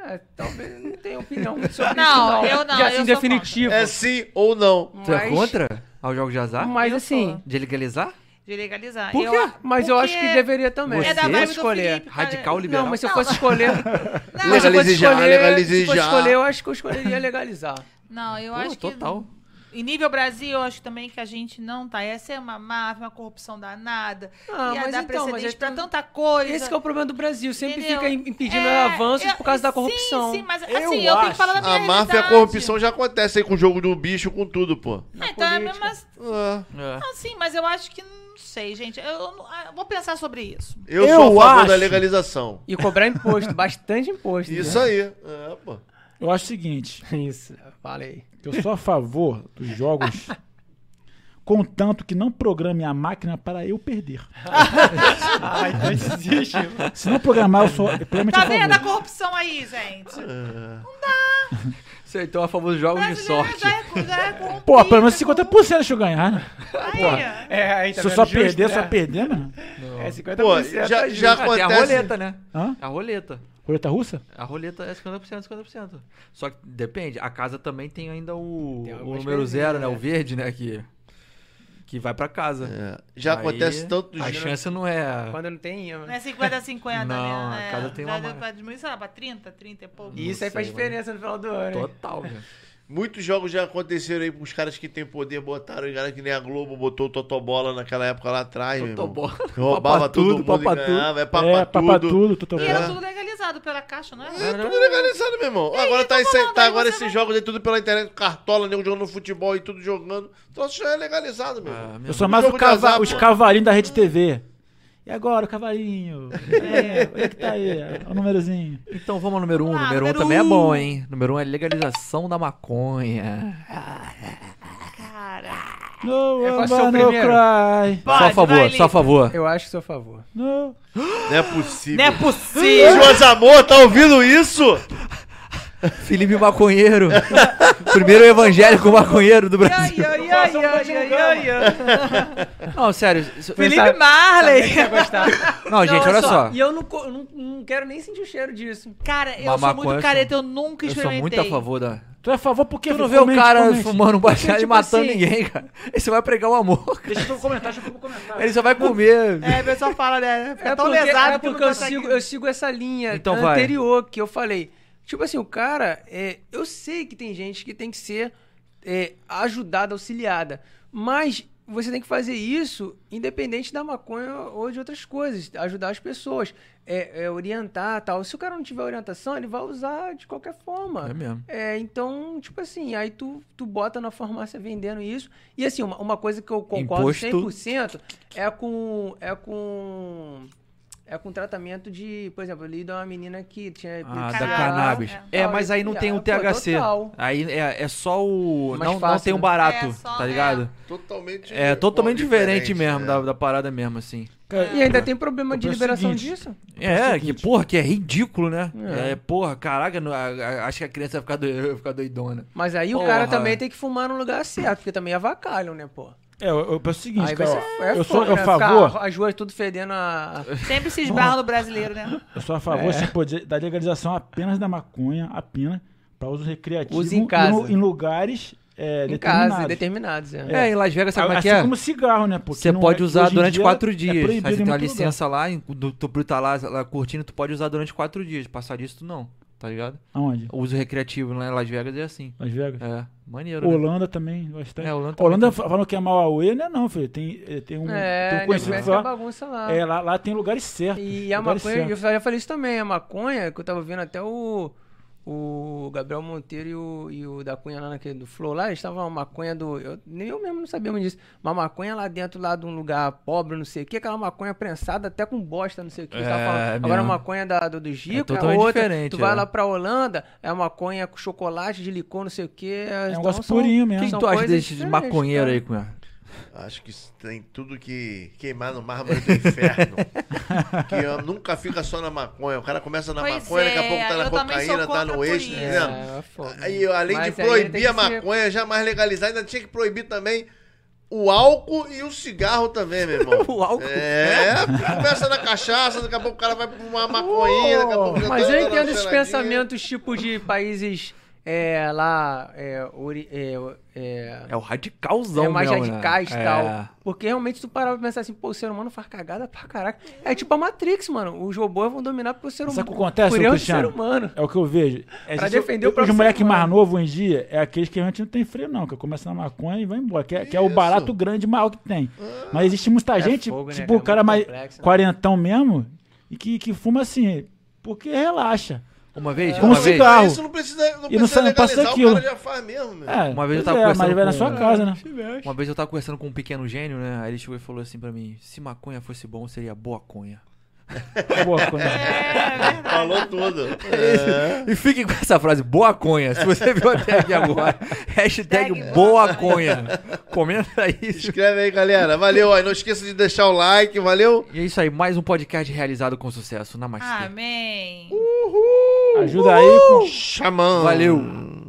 E: É, talvez não tenha opinião muito sobre
C: Não,
E: isso,
C: eu não,
E: De assim,
C: eu sou
E: definitivo.
D: É sim ou não?
A: Tu é contra aos jogos de azar?
E: Mas
C: Eu
E: assim...
A: De legalizar?
C: De legalizar.
A: Por
C: Eu-
A: quê?
E: Mas eu acho que
C: Porque
E: deveria também.
A: Você?
C: É da
A: Eu
C: vibe do
E: escolher.
C: Felipe, cara.
A: Radical liberal?
E: Não, mas se eu fosse escolher...
C: Não,
E: mas se eu fosse
D: Legalize já,
E: escolher,
D: legalize
E: se fosse
D: já.
E: escolher, eu acho que eu escolheria legalizar.
C: Não, eu
A: Pô,
C: acho que...
A: total.
C: Em nível Brasil, eu acho também que a gente não tá. Essa é uma máfia, uma corrupção danada.
E: Ah,
C: Ia
E: mas
C: dar
E: então, mas
C: precedente
E: aí
C: pra
E: tu-
C: tanta coisa.
E: Esse que é o problema do Brasil, sempre
C: Entendeu?
E: fica im- impedindo
C: É,
E: avanços
C: eu-
E: por causa da
C: sim,
E: corrupção.
C: Sim, mas assim,
B: Eu
C: eu, tenho
B: acho.
C: que falar da minha
D: A máfia e a
C: realidade.
D: corrupção já acontece aí com o jogo do bicho, com tudo, pô.
E: Na
C: É, então é a
E: política.
C: mesma...
D: Ah,
A: É.
C: Não, sim, mas eu acho que... Não sei, gente. Eu, não- ah, eu vou pensar sobre isso.
D: Eu,
B: Eu
D: sou a favor da
B: acho.
D: legalização.
E: E cobrar imposto, bastante imposto. né?
D: Isso aí. É, pô.
B: Eu acho o seguinte,
E: aí. Isso, falei.
B: que eu sou a favor dos jogos contanto que não programe a máquina para eu perder.
F: Ah, então isso existe.
B: Se não programar, eu sou plenamente
C: Tá
B: a
C: vendo a
B: favor.
C: corrupção aí, gente?
A: Você então é a favor dos jogos de
C: Brasileiro
A: sorte.
C: já é, já é corrompido.
B: Pô, pelo menos
C: é
B: 50% deixa eu ganhar, né?
C: corrupto. Aí, ó.
F: É, aí tá
B: Se eu
F: vendo?
B: só
F: Justo,
B: perder, só
F: né?
B: perder, mano.
F: É 50%.
D: Pô, já-
F: tá justo.
D: já-
A: Ah, tem a
D: Acontece-
A: roleta, né?
B: Hã?
A: A roleta.
B: Roleta russa?
A: A roleta é 50%, 50%. Só que depende. A casa também tem ainda o,
E: Tem
A: o
E: algumas
A: número
E: coisinhas,
A: zero, né?
E: é.
A: O verde, né? Que, que vai pra casa.
D: É, Já
A: Aí,
D: acontece tanto dos
A: A chance não é...
E: Quando não tem ímã.
C: Não é 50-50,
A: Não,
C: né?
A: a
C: É,
A: casa tem
C: já
A: uma
C: deu
A: marca.
C: pra diminuir, sei lá, pra 30, 30 e pouco.
E: E isso aí
A: Não sei,
E: faz diferença no final do ano. hein?
A: Total, né? velho.
D: Muitos jogos já aconteceram aí pros caras que têm poder, botaram, os caras que nem a Globo botou o Totobola naquela época lá atrás. meu irmão.
A: Totobola.
D: Roubava
A: Papa
D: todo
A: tudo,
D: mundo
A: papa
D: e ganhava. É papa
B: é, papa
D: tudo.
B: tudo, tudo É.
C: E era tudo legalizado pela Caixa, não
D: É
C: é?
D: tudo legalizado, meu irmão. agora tá, esse,
C: falando,
D: tá
C: aí
D: agora
C: você
D: esses
C: vai-
D: jogos aí, tudo pela internet, cartola, nego jogando futebol e tudo jogando. Então isso já é legalizado, meu irmão.
A: Ah, meu
B: Eu sou
A: Deus.
B: mais o
D: Jogo de azar,
B: cava-
D: pô.
B: os cavalinhos da Rede TV. E agora, o cavalinho? É, olha que tá aí, ó, o númerozinho.
A: Então vamos ao número 1. Um.
C: Vamos lá,
A: número 1 um
C: número
A: também é
C: um.
A: bom, hein? Número 1 um é legalização da maconha.
C: Cara.
A: É,
B: No,
E: Eu
B: I'm
E: posso ser o
B: gonna
E: primeiro?
B: cry.
A: só a
C: Pode, vai,
A: favor,
C: Lipe.
A: só a favor.
E: Eu acho que sou a favor.
B: No.
D: Não é possível.
C: Não é
D: Os
C: possível.
D: meus amor, tá ouvindo isso?
A: Felipe Maconheiro. Primeiro evangélico maconheiro do
C: Ai,
A: Brasil.
C: ai, ai, ai, ai, ai, ai.
A: Não, sério. isso-
C: Felipe Marley.
E: Ia gostar.
A: Não, gente, olha só.
E: E eu não, co- eu não, não quero nem sentir o cheiro disso.
C: Cara, eu
A: Mas
C: sou
A: maconha,
C: muito careta, eu nunca
A: Eu sou
C: experimentei.
A: muito a favor da.
B: Tu é a favor porque
A: Tu não vê o cara fumando um baixado
E: Porque,
A: e
E: tipo
A: matando
E: assim-
A: ninguém, cara. Aí você vai pregar o amor. cara.
B: Deixa eu comentar, deixa eu comentar.
A: Ele só vai comer.
C: É, o pessoal fala, né? Fica
E: É
C: tão
E: porque,
C: lesado que
E: é porque
C: não
E: eu,
C: consegue-
E: sigo, eu sigo essa linha
A: Então vai.
E: anterior que eu falei. Tipo assim, o cara, é, eu sei que tem gente que tem que ser é, ajudada, auxiliada, mas você tem que fazer isso independente da maconha ou de outras coisas, ajudar as pessoas, é, é, orientar tal. Se o cara não tiver orientação, ele vai usar de qualquer forma.
A: É mesmo.
E: É, então, tipo assim, aí tu, tu bota na farmácia vendendo isso. E assim, uma, uma coisa que eu concordo
A: Imposto.
E: 100% é com. É com. É com tratamento de. Por exemplo, eu li de uma menina que
C: É
E: tinha.
A: Ah, da
E: epilepsia,
A: cannabis.
E: tal,
A: É, mas aí não tem o
E: pô,
A: THC.
E: total.
A: Aí é, é só o.
E: Mais
A: Não, não
E: fácil,
A: tem o
E: né?
A: barato,
C: É, só-
A: tá ligado?
D: Totalmente.
A: É, totalmente
D: bom,
A: diferente mesmo
B: é.
D: né?
A: da, da parada mesmo, assim.
E: E ainda tem problema
B: Eu
E: de
B: penso o
E: liberação
B: seguinte,
E: disso.
A: É, que porra, que é ridículo, né? É,
E: É.
A: porra, caraca, não- a- a- acho que a criança vai ficar, doi- vai ficar doidona.
E: Mas aí o
A: Porra.
E: cara também tem que fumar no lugar certo, porque também avacalham, né, pô?
B: É, eu, eu penso o seguinte,
E: Aí vai
B: cara,
E: ser.
B: ó,
E: É
B: eu, sou,
E: foda,
B: eu,
E: né?
B: favor,
E: Ficar as ruas tudo fedendo a. a-
C: Sempre se esbarra no brasileiro, né?
B: eu sou a
A: É.
B: favor assim, pô, de- da legalização apenas da maconha, apenas, para uso recreativo
E: Use em
B: e
E: casa.
B: no- em lugares é,
E: em
B: determinados.
E: casa, determinados. É.
A: É, em Las Vegas, sabe como é
B: assim
A: que é?
B: como cigarro, né? pô, que
A: Você
B: não
A: pode
B: é-
A: usar
B: hoje em
A: durante
B: dia
A: quatro
B: é
A: dias.
B: proibido
A: Aí você
B: em
A: tem uma
B: muito lugar.
A: licença lá, em- do- tu tá lá, lá curtindo, tu pode usar durante quatro dias. Passar disso, tu não, tá ligado?
B: Aonde?
A: O uso recreativo lá em Las Vegas é assim.
B: Las Vegas?
A: É, maneiro, né?
B: Holanda também, bastante.
A: É, Holanda também
B: Holanda
A: tem.
B: fa- falam que é Mauauê, né? Não, filho. Tem, eh, tem um. tem um
E: É,
B: conhecido
A: né?
E: negócio é
B: lá.
E: bagunça lá.
B: É, lá, lá tem lugares certos.
E: E a
A: é
B: lugares
E: maconha, eu
B: certos.
E: já falei isso também, a maconha, que eu tava vendo até o, o Gabriel Monteiro e o, e o da Cunha lá naquele do Flow lá, eles estavam uma maconha do. Eu, nem eu mesmo não sabíamos disso. Uma maconha lá dentro, lá de um lugar pobre, não sei o que, aquela maconha prensada até com bosta, não sei o que. eles
A: É,
E: estavam falando. Agora a
A: mesmo.
E: maconha da, do, do Gico, é,
A: totalmente
E: outra.
A: diferente,
E: tu vai
A: é.
E: lá pra Holanda, é maconha com chocolate de licor, não sei o que.
A: É
B: um negócio purinho mesmo.
A: O que, que tu acha desse maconheiro
E: né?
A: aí, Cunha?
D: Acho que isso tem tudo que queimar no mármore do inferno. que eu- nunca fica só na maconha. O cara começa na
C: Pois
D: maconha, daqui a
C: é,
D: pouco tá na
C: eu também sou
D: cocaína, tá
C: contra
D: no
C: por
D: êxtase,
C: isso.
D: né?
E: É, é foda.
D: Aí, além
E: Mas
D: de
E: aí ele tem
D: proibir
E: que
D: a
E: ser-
D: maconha, jamais legalizar, ainda tinha que proibir também o álcool e o cigarro também, meu irmão.
A: O álcool?
D: É, começa na cachaça, daqui a pouco o cara vai pra uma maconhinha, daqui a pouco já
E: Mas
D: tá
E: eu
D: dando uma
E: entendo esses
D: cheiradinha.
E: pensamentos tipo de países é, lá é, ori- é, é,
A: É o radicalzão,
E: é mais
A: mesmo, né?
E: radicais e
A: É.
E: tal. Porque realmente tu parava pra pensar assim, pô, o ser humano faz cagada pra caraca. É tipo a Matrix, mano. Os robôs vão dominar pro ser humano.
B: Sabe o que acontece,
E: por
B: ô,
E: erro do
B: Cristiano?
E: ser humano.
B: É o que eu vejo. É,
E: Pra
B: gente, eu-
E: defender o
B: Os
E: próprio
B: moleques
E: ser
B: mais
E: humano.
B: novos em dia é aqueles que a gente não tem freio, não. Que começa na maconha e vai embora. Que é, que é o
D: Isso.
B: barato grande e maior que tem. Mas existe muita gente,
E: fogo, né,
B: tipo,
E: cara?
B: o cara
E: Muito
B: mais
E: complexo, né?
B: quarentão mesmo, e que, que fuma assim, porque relaxa.
A: Uma vez,
B: Como
A: uma
B: se
A: vez.
B: dá- cigarro.
D: Isso não precisa, não
B: E não
D: precisa
B: sai- não passa
D: legalizar, o
B: aquilo.
D: cara já faz mesmo, meu.
B: É,
A: Uma vez eu
B: pois
A: tava
B: é, mas
A: conversando
B: vai na
A: com-
B: sua casa, né?
A: Uma vez eu tava conversando com um pequeno gênio, né? Aí ele chegou e falou assim pra mim: se maconha fosse bom, seria boa conha.
B: Tá Boa, quando-
C: É, verdade.
D: Falou tudo. É.
A: E fique com essa frase, boa conha. Se você viu até aqui agora, hashtag
C: Hashtag
A: boa
C: boa
A: conha. Comenta isso.
D: Escreve aí, galera. Valeu. Aí não esqueça de deixar o like. Valeu.
A: E é isso aí, mais um podcast realizado com
C: Ah,
A: sucesso. Namastê.
C: Amém.
B: Ajuda aí com
D: Xamã.
A: Valeu.